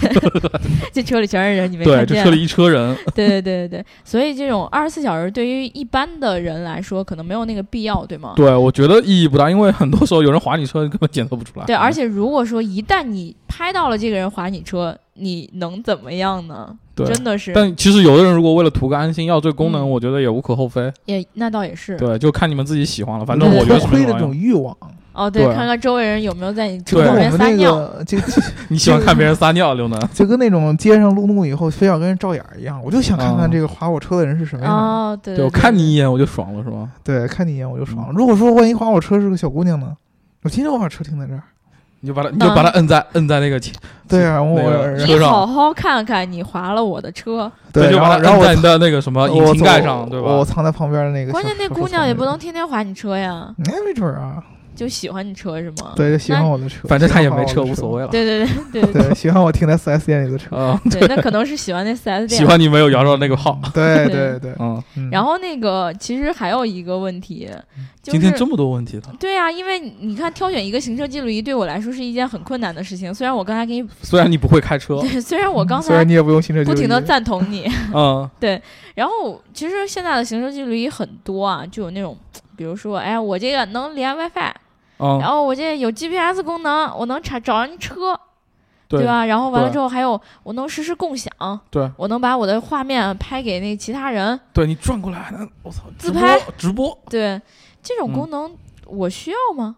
A: 这车里全是人，你没
C: 对，
A: 看
C: 这
A: 见？
C: 车里一车人，
A: 对对对对对，所以这种二十四小时对于一般的人来说，可能没有那个必要，对吗？
C: 对我觉得意义不大，因为很多时候有人划你车，你根本检测不出来。
A: 对，而且如果说一旦你拍到了这个人划你车，你能怎么样呢？
C: 对，
A: 真的是，
C: 但其实有的人如果为了图个安心要这个功能，
A: 嗯
C: 我觉得也无可厚非。
A: 也那倒也是。
C: 对，就看你们自己喜欢了，反
B: 反
C: 正
A: 对
C: 我觉得是没
B: 亏
C: 什
B: 的
C: 么
B: 这
C: 用
B: 种欲望，
A: 哦，对，
C: 对
A: 看看周围人有没有在你
B: 就
A: 桌
B: 跟我
A: 旁边
B: 们
A: 撒
B: 那
A: 尿。
B: 个就
C: 你喜欢看别人撒尿，刘能？
B: 就跟那种街上路怒以后非要跟人照眼儿一样，我就想看
C: 啊
B: 看这个划我车的人是什么样的。
A: 哦，对
C: 哎对，我看你一眼我就爽了，是吧？
B: 对，看你一眼我就爽了。如果说万一划我车是个小姑娘呢？我今天我把车停在这儿。
C: 你就把他，你就把他摁在摁在那个前，
B: 对啊，我 <laughs>
C: 那个
B: 然
A: 你
C: 车上
A: 好好看看，你划了我的车。
B: 对，然
C: 就把
B: 后
C: 他
B: 然后
C: 摁在
B: 我
C: 你的那个什么
B: 藏
C: 啊引
B: 我
C: 擎盖
B: 藏
C: 上，对
B: 我
C: 吧？
B: 藏在旁边的那个小。
A: 关键那
B: 小
A: 姑娘也不能
B: 草
A: 天天划你车呀，
B: 莓。那没准儿啊，
A: 就喜欢你车是吗？
B: 对，就喜欢我的车，
C: 反正他也没
B: 喜欢
C: 车，
B: 我的
C: 无所。谓了。
A: 对对对对
B: <laughs> 对，喜欢我停在四 S 店里的
A: <laughs>
B: 车。
C: 啊， <laughs>
A: 对，那可能是喜欢那四 S 店。
C: 喜欢你没有摇到那个号。
A: 对
B: 对
A: 哦
B: 对对，
C: 嗯，
B: 嗯
A: 然后那个其实还有一个问题，就是
C: 今天这么多问题了，
A: 对啊，因为你看挑选一个行车记录仪对我来说是一件很困难的事情。虽然我刚才给你，
C: 虽然你不会开车，
A: <laughs> 对，虽然我刚
B: <laughs> 虽然
A: 才
B: 你也不用行车记
A: 不
B: 录仪，
A: 停的赞同你， <laughs>
C: 嗯，
A: 然后其实现在的行车记录仪很多啊，就有那种，比如说，哎，我这个能连 WiFi，然
B: 哦
C: 嗯，
A: 后我这有 GPS 功能，我能查找人车，
C: 对
A: 对？啊吧？然后完了
C: 对
A: 之后还有我能实时共享，
C: 对，
A: 我能把我的画面拍给那其他人，
C: 对你转过来，那我操，
A: 自
C: 直播
A: 拍
C: 直播，
A: 对，这种
C: 嗯
A: 功能我需要吗？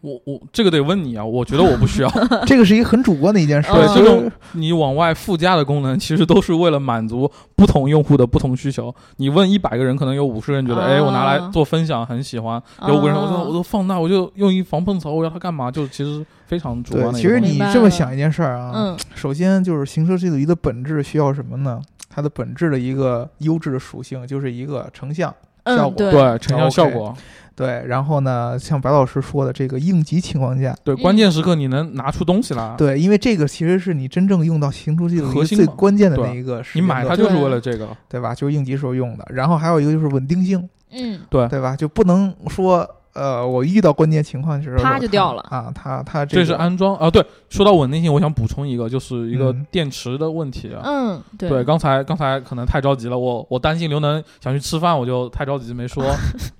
C: 我我这个得问你啊，我觉得我不需
A: <laughs>
C: 要。
B: 这个是一个很主观的一件事。
A: 对
B: 就是
C: 这种你往外附加的功能，其实都是为了满足不同用户的不同需求。你问一百个人，可能有五十个人觉得，
A: 啊
C: 哎，我拿来做分享很喜欢；有五个人，我
A: 啊
C: 说我都放大，我就用一防碰头，我要它干嘛？就其实非常主观
B: 对，
C: 的一
B: 其
C: 个
B: 实
C: 东西。
B: 你
A: 明白
B: 这
A: 了
B: 么想一件事儿啊，
A: 嗯
B: 首先就是行车记录仪的本质需要什么呢？它的本质的一个优质的属性就是一个成像，效
A: 嗯，
B: 果
A: 对哦
C: 对成像效果，
B: 对。然后呢，像白老师说的，这个应急情况下，
C: 对
A: 嗯
C: 关键时刻你能拿出东西来。
B: 对，因为这个其实是你真正用到行车记录
C: 啊核
B: 仪
C: 心
B: 最
C: 嘛
B: 关键的
C: 对
B: 那一个时
C: 你
B: 间
C: 买它
B: 段，
C: 就是为了这个，
B: 对吧？就是应急时候用的。然后还有一个就是稳定性，
A: 嗯，
B: 对吧？就不能说呃，我遇到关键情况的时候
A: 啪
B: 有
A: 就
B: 它
A: 掉了
B: 啊，它它
C: 这
B: 个
C: 是安装啊。对，说到稳定性，我想补充一个，就是一个
B: 嗯
C: 电池的问题啊。
A: 嗯，对
C: 对，刚才刚才可能太着急了，我我担心刘能想去吃饭，我就太着急没说。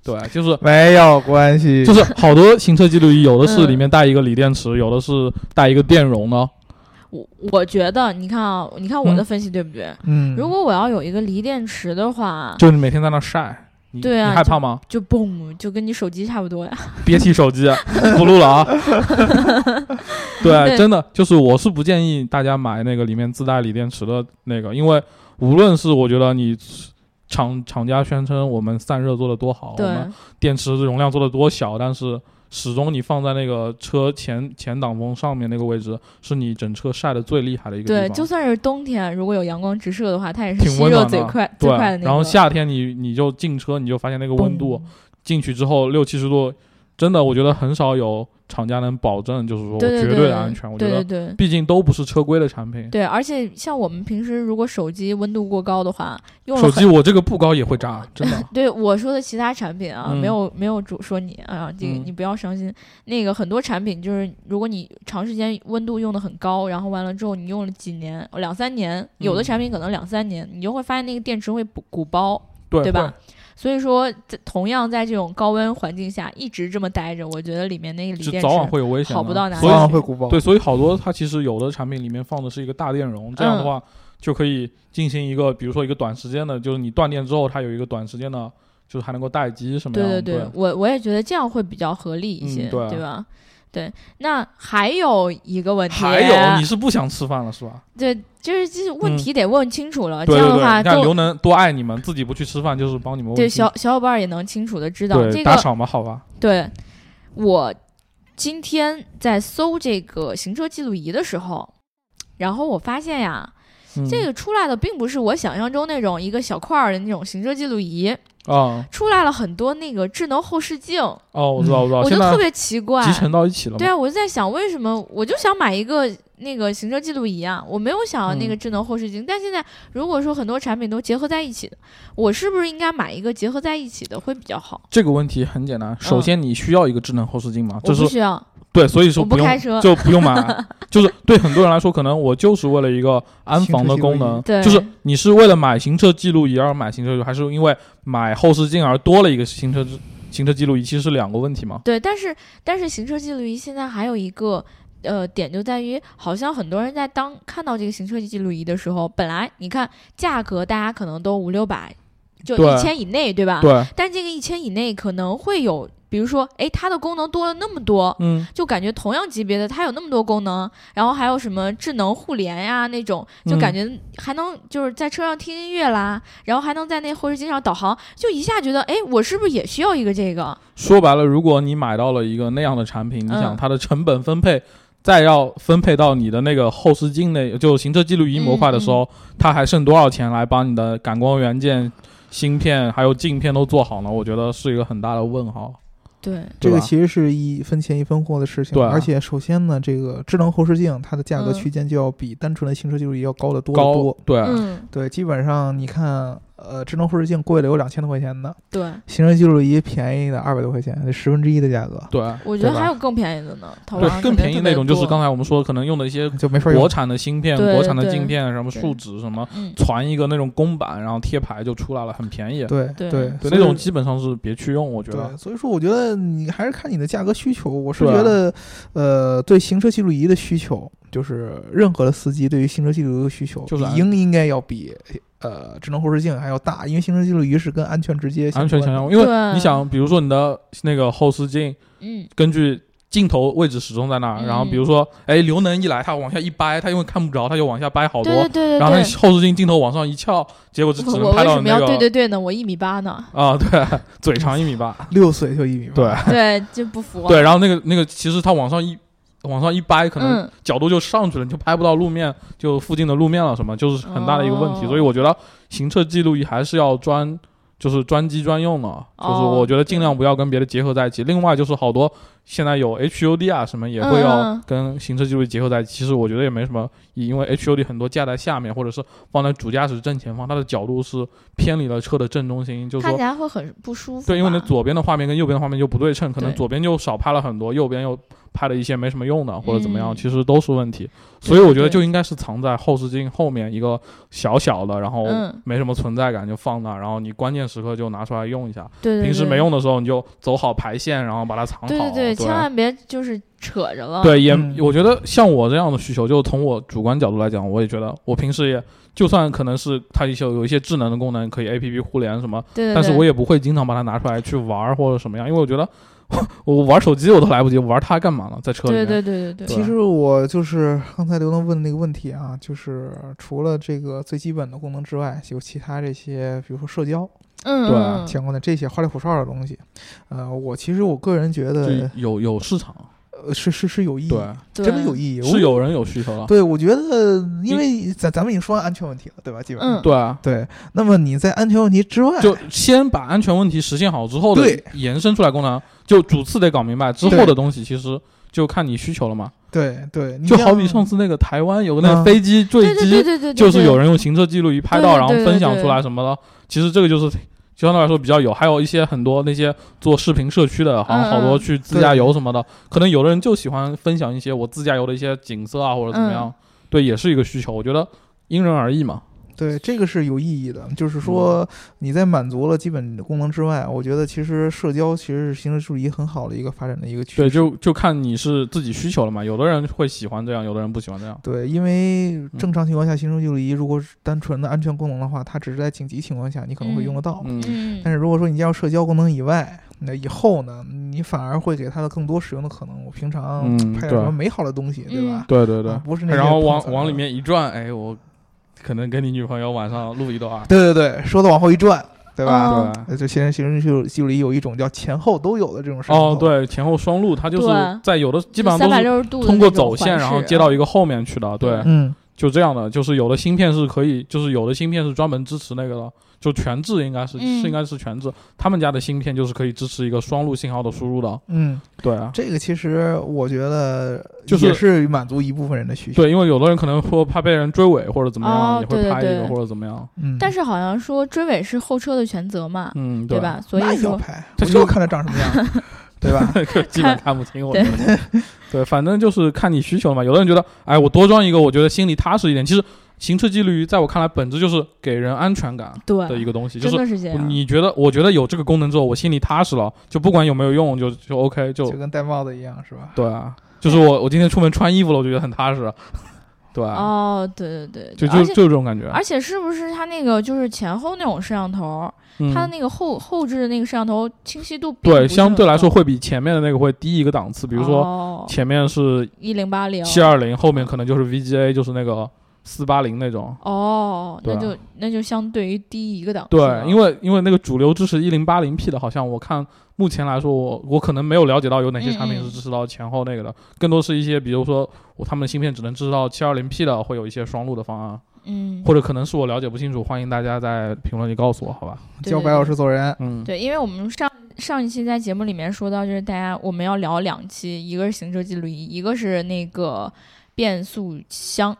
C: 对，就是
B: <laughs> 没有关系，
C: 就是好多行车记录仪，有的是
A: 嗯
C: 里面带一个锂电池，有的是带一个电容的。
A: 我我觉得，你看啊，你看我的
C: 嗯
A: 分析对不对？
B: 嗯，
A: 如果我要有一个锂电池的话，
C: 就你每天在那晒，你
A: 对啊
C: 你害怕吗？
A: 就嘣，就跟你手机差不多呀。
C: 别提手机， <laughs> 不录
A: <laughs>
C: 了啊。对，
A: 对
C: 真的就是我是不建议大家买那个里面自带锂电池的那个，因为无论是我觉得你厂厂家宣称我们散热做的多好，我
A: 对，
C: 们电池容量做的多小，但是始终你放在那个车前前挡风上面那个位置，是你整车晒的最厉害的一个地
A: 对，
C: 方。
A: 就算是冬天，如果有阳光直射的话，它也是
C: 挺
A: 吸
C: 温
A: 热
C: 暖
A: 最
C: 的
A: 快最
C: 对，
A: 快的那个。
C: 然后夏天你你就进车，你就发现那个温度
A: 嘣，
C: 进去之后六七十度，真的我觉得很少有厂家能保证，就是说我
A: 对对
C: 绝
A: 对
C: 的安全。我
A: 对
C: 觉
A: 对
C: 得
A: 对
C: 毕竟都不是车规的产品，
A: 对，而且像我们平时如果手机温度过高的话，用了
C: 手机
A: 很。。
C: 我这个不高也会炸，真的
A: <laughs> 对我说的其他产品啊，
C: 嗯
A: 没有没有主说你啊，这个
C: 嗯
A: 你不要伤心。那个很多产品就是，如果你长时间温度用的很高，然后完了之后你用了几年、两三年，有的
C: 嗯
A: 产品可能两三年，你就会发现那个电池会鼓鼓包，
C: 对
A: 对
C: 对
A: 吧？？所以说，这同样在这种高温环境下一直这么待着，我觉得里面那个锂
C: 就
A: 电池
C: 早晚会有危险的，
A: 好不到哪里
C: 所
B: 早
C: 以
B: 晚会鼓包。
C: 对，所以好多它其实有的产品里面放的是一个大电容，这样的
A: 嗯
C: 话、就可以进行一个，比如说一个短时间的，就是你断电之后，它有一个短时间的，就是还能够待机什么样
A: 对
C: 的。
A: 对对，我我也觉得这样会比较合理一些，
C: 嗯对啊
A: 吧？对，那还有一个问题，
C: 还有你是不想吃饭了是吧？
A: 对，就是这些问
C: 嗯
A: 题得问清楚了，
C: 对
A: 啊这
C: 对
A: 样
C: 对，
A: 的话
C: 你看刘
A: 都
C: 能多爱你们，自己不去吃饭就是帮你们问
A: 对
C: 题
A: 小小伙伴儿也能清楚的知道
C: 对、
A: 这
C: 打
A: 个。
C: 赏嘛，好吧，
A: 对，我今天在搜这个行车记录仪的时候，然后我发现呀，
C: 嗯、
A: 这个出来的并不是我想象中那种一个小块儿的那种行车记录仪，
C: 啊
A: 出来了很多那个智能后视镜，
C: 哦，我知道我知道，
A: 嗯我就
C: 现
A: 特
C: 在
A: 别奇怪。
C: 集成到一起了嘛，
A: 对啊，我就在想为什么，我就想买一个那个行车记录仪啊，我没有想要那个
C: 嗯
A: 智能后视镜。但现在如果说很多产品都结合在一起的，我是不是应该买一个结合在一起的会比较好？
C: 这个问题很简单，首先你需要一个智能后视镜嘛，
A: 嗯我
C: 啊这
A: 不
C: 是
A: 需要，
C: 对，所以说
A: 我不
C: 用
A: 开车
C: 就不
A: <laughs>
C: 用买，就是对很多人来说，可能我就是为了一个安防的功能，
B: 行
A: 车记录仪对
C: 就是你是为了买行车记录仪而买行车记录仪，还是因为买后视镜而多了一个行车记行车记录仪，其实是两个问题嘛。
A: 对，但是但是行车记录仪现在还有一个。呃，点就在于，好像很多人在当看到这个行车记录仪的时候，本来你看价格，大家可能都五六百，就
C: 对
A: 一千以内，对吧？
C: 对，
A: 但这个一千以内可能会有比如说，哎，它的功能多了那么多，
C: 嗯，
A: 就感觉同样级别的它有那么多功能，然后还有什么智能互联呀、那种，就
C: 嗯
A: 感觉还能就是在车上听音乐啦，然后还能在那后视镜上导航，就一下觉得哎，我是不是也需要一个这个？
C: 说白了，如果你买到了一个那样的产品，你
A: 嗯
C: 想它的成本分配，再要分配到你的那个后视镜内，就行车记录仪模块的
A: 嗯
C: 时候，它还剩多少钱来把你的感光元件、芯片还有镜片都做好呢？我觉得是一个很大的问号。
A: 对，
B: 这
C: 对
B: 个
C: 吧
B: 其实是一分钱一分货的事情，
C: 对啊
B: 而且首先呢，这个智能后视镜它的价格
A: 嗯
B: 区间就要比单纯的行车记录仪要高得多得
C: 高
B: 多。
C: 对，
A: 嗯，
B: 对，基本上你看，呃，智能后视镜贵了有两千多块钱的，
A: 对，
B: 行车记录仪便宜的二百多块钱，这十分之一的价格
C: 对，
A: 我觉得
C: 对吧
A: 还有更便宜的呢，淘宝
C: 对
A: 上
C: 更
A: 肯定
C: 便宜
A: 特别
C: 那种，就是
A: 多
C: 刚才我们说可能用的一
B: <laughs>
C: 些
B: 就没法用
C: 国。产的芯片、
A: 对
C: 国产的
A: 对
C: 镜片，什么树
A: 对
C: 脂什么，
A: 嗯，
C: 传一个那种公版，然后贴牌就出来了，很便宜。
B: 对
A: 对
B: 对
C: 对，
B: 所
C: 那
B: 以
C: 种基本上是别去用，我觉得
B: 对，。所以说我觉得你还是看你的价格需求。我是
C: 对啊
B: 觉得，呃，对行车记录仪的需求，就是任何的司机对于行车记录仪的需求，
C: 就是
B: 理
C: 安
B: 应应该要比呃智能后视镜还要大，因为行车记录仪是跟安全直接
C: 安全相
B: 关的。
C: 关，因为
A: 对
C: 你想，比如说你的那个后视镜，
A: 嗯，
C: 根据镜头位置始终在那儿，
A: 嗯
C: 然后比如说，哎，刘能一来，他往下一掰，他因为看不着，他就往下掰好
A: 对
C: 多
A: 对，对
C: 然后
A: 对
C: 他
A: 对。
C: 后视镜镜头往上一翘，结果就只
A: 我
C: 能
A: 我
C: 拍
A: 为
C: 到
A: 什么要
C: 那
A: 对对
C: 个
A: 对呢？我一米八
C: <laughs>
A: 呢，
C: 啊，对，嘴长一米八，
B: 六岁就一米八，
C: 对啊
A: 对，就不服。啊
C: 对，，然后那个那个其实他往上一往上一掰，可能
A: 嗯，
C: 角度就上去了，你就拍不到路面，就附近的路面了，什么就是很大的一个问题。
A: 哦
C: 所以我觉得行车记录仪还是要专，就是专机专用的，
A: 哦
C: 就是我觉得尽量不要跟别的结合在一起。另外就是好多现在有 HUD 啊什么也会
A: 嗯
C: 要
A: 嗯
C: 跟行车记录仪结合在一起，其实我觉得也没什么意义，因为 HUD 很多架在下面或者是放在主驾驶正前方，它的角度是偏离了车的正中心，就是
A: 看起
C: 说。
A: 来会很不舒服吧。
C: 对，因为你左边的画面跟右边的画面就不对称，可能
A: 对
C: 左边就少拍了很多，右边又拍了一些没什么用的，或者怎么样，
A: 嗯
C: 其实都是问题。
A: 对
C: 所以我觉得
A: 对
C: 就应该是藏在后视镜后面一个小小的，然后
A: 嗯
C: 没什么存在感就放那，然后你关键时刻就拿出来用一下。
A: 对对，
C: 平时
A: 对
C: 没。用的时候你就走好排线，然后把它藏好。
A: 对
C: 对
A: 对，
C: 啊
A: 千万别就是扯着了。
C: 对，也、
B: 嗯
C: 我觉得像我这样的需求，就从我主观角度来讲，我也觉得我平时也就算可能是它一些有一些智能的功能，可以 A P P 互联什么，
A: 对对，
C: 但是
A: 对
C: 我也不会经常把它拿出来去玩儿或者什么样，因为我觉得我玩手机我都来不及，我玩它干嘛呢？在车里
A: 对
C: 面。
A: 对对对对，
B: 其实我就是刚才刘能问的那个问题啊，就是除了这个最基本的功能之外，有其他这些，比如说社交
A: 嗯，
C: 对
A: 嗯
B: 相关的这些花里胡哨的东西。呃，我其实我个人觉得
C: 就，有有市场，
B: 呃，是是是有意义，
C: 对，
A: 对
B: 真的有意义，
C: 是有嗯人有需求了，
B: 对，我觉得，因为咱咱们已经说完安全问题了，对吧？基本上，
A: 嗯
C: 对啊，
B: 对。那么你在安全问题之外，
C: 就先把安全问题实现好之后的
B: 对
C: 延伸出来功能，就主次得搞明白，之后
B: 对
C: 的东西其实就看你需求了嘛。
B: 对对，你
C: 就
B: 像
C: 好比上次那个台湾有个那
B: 啊嗯
C: 个飞机坠
A: 对对对
C: 机，
A: 对对，对
C: 就是有人用行车记录仪拍到，
A: 对
C: 然后
A: 对
C: 分享
A: 对
C: 出来什么的。其实这个就是相对来说比较有，还有一些很多那些做视频社区的，好像好
A: 嗯
C: 多
A: 嗯
C: 去自驾游什么的，可能有的人就喜欢分享一些我自驾游的一些景色啊，或者怎么样。
A: 嗯
C: 对，也是一个需求，我觉得因人而异嘛。
B: 对这个是有意义的，
C: 嗯
B: 就是说你在满足了基本的功能之外，我觉得其实社交其实是行车记录仪很好的一个发展的一个趋
C: 对，
B: 势。
C: 就就看你是自己需求了嘛。有的人会喜欢这样，有的人不喜欢这样。
B: 对，因为
C: 嗯
B: 正常情况下，行车记录仪如果是单纯的安全功能的话，它只是在紧急情况下你可能会用得到。
C: 嗯，
A: 嗯，
B: 但是如果说你加入社交功能以外，那以后呢，你反而会给它的更多使用的可能。我平常
C: 嗯
B: 拍点
C: 对
B: 什么美好的东
A: 嗯
B: 西，对吧？
C: 对对对
B: 啊。不是那些
C: 然后
B: 碰
C: 往
B: 瓷儿
C: 往
B: 的
C: 里。面一转，哎，我可能跟你女朋友晚上录一段啊，
B: 对对对，说的往后一转，对吧？
A: 哦
C: 对。
B: 呃就现在行车记录记录仪有一种叫前后都有的这种摄像头。
C: 哦，对，前后双录，它就是
A: 对
C: 在有的基本上
A: 三
C: 都
A: 百
C: 是
A: 六十度的
C: 通过
A: 那种
C: 走线，
A: 环
C: 然后
A: 视嗯
C: 接到一个后面去的，对，
B: 嗯，
C: 就这样的。就是有的芯片是可以，就是有的芯片是专门支持那个的，就全制应该是
A: 嗯
C: 是应该是全制，他们家的芯片就是可以支持一个双路信号的输入的，
B: 嗯，
C: 对 <laughs> 啊。
B: 这个其实我觉得
C: 就是
B: 也是满足一部分人的需求。
C: 对，因为有的人可能会怕被人追尾或者怎么样，
A: 哦
C: 也
A: 对
C: 会
A: 对
C: 拍一个
A: 对
C: 或者怎么样。
B: 嗯，
A: 但是好像说追尾是后车的全责嘛，
C: 嗯，
A: 对
C: 对？
A: 吧？所
B: 那
A: 以
B: 也要
A: 说，
B: 拍，
C: 这
B: 我
C: 就
B: 就看它长什
A: <laughs>
B: 么样，对吧？
C: 基本看不清，我觉得。 <laughs> 对，反正就是看你需求嘛。有的人觉得，哎，我多装一个，我觉得心里踏实一点。其实行车记录仪在我看来，本质就是给人安全感的一
A: 对，
C: 个东西，就
A: 真
C: 是
A: 的是这样。
C: 你觉得，我觉得有这个功能之后，我心里踏实了，就不管有没有用，就就 <laughs> OK，就
B: 就跟戴帽子一样，是吧？
C: 对啊，就是我我今天出门穿衣服了，我就觉得很踏实。对，
A: 哦，对对对，啊
C: 就
A: 而
C: 就
A: 且
C: 就这种感觉。
A: 而且是不是它那个就是前后那种摄像头，
C: 嗯
A: 它的那个后后置的那个摄像头清晰度并
C: 对
A: 不是
C: 相对来
A: 很
C: 说
A: 高，
C: 会比前面的那个会低一个档次，比如说
A: 说
C: 前面是
A: 一零八零
C: 七二零，后面可能就是 VGA，就是那个四八零那种。
A: 哦，那
C: 对
A: 就那就相对于低一个档次
C: 对
A: 了，
C: 因为因为那个主流支持一零八零 P 的，好像我看目前来说，我我可能没有了解到有哪些产品
A: 嗯嗯
C: 是支持到前后那个的，更多是一些比如说我他们的芯片只能支持到七二零 P 的，会有一些双路的方案，
A: 嗯
C: 或者可能是我了解不清楚，欢迎大家在评论里告诉我，好吧？
A: 对
B: 教
A: 对
B: 白老师做人，
C: 嗯，
A: 对，因为我们上上一期在节目里面说到，就是大家我们要聊两期，一个是行车记录仪，一个是那个变速箱。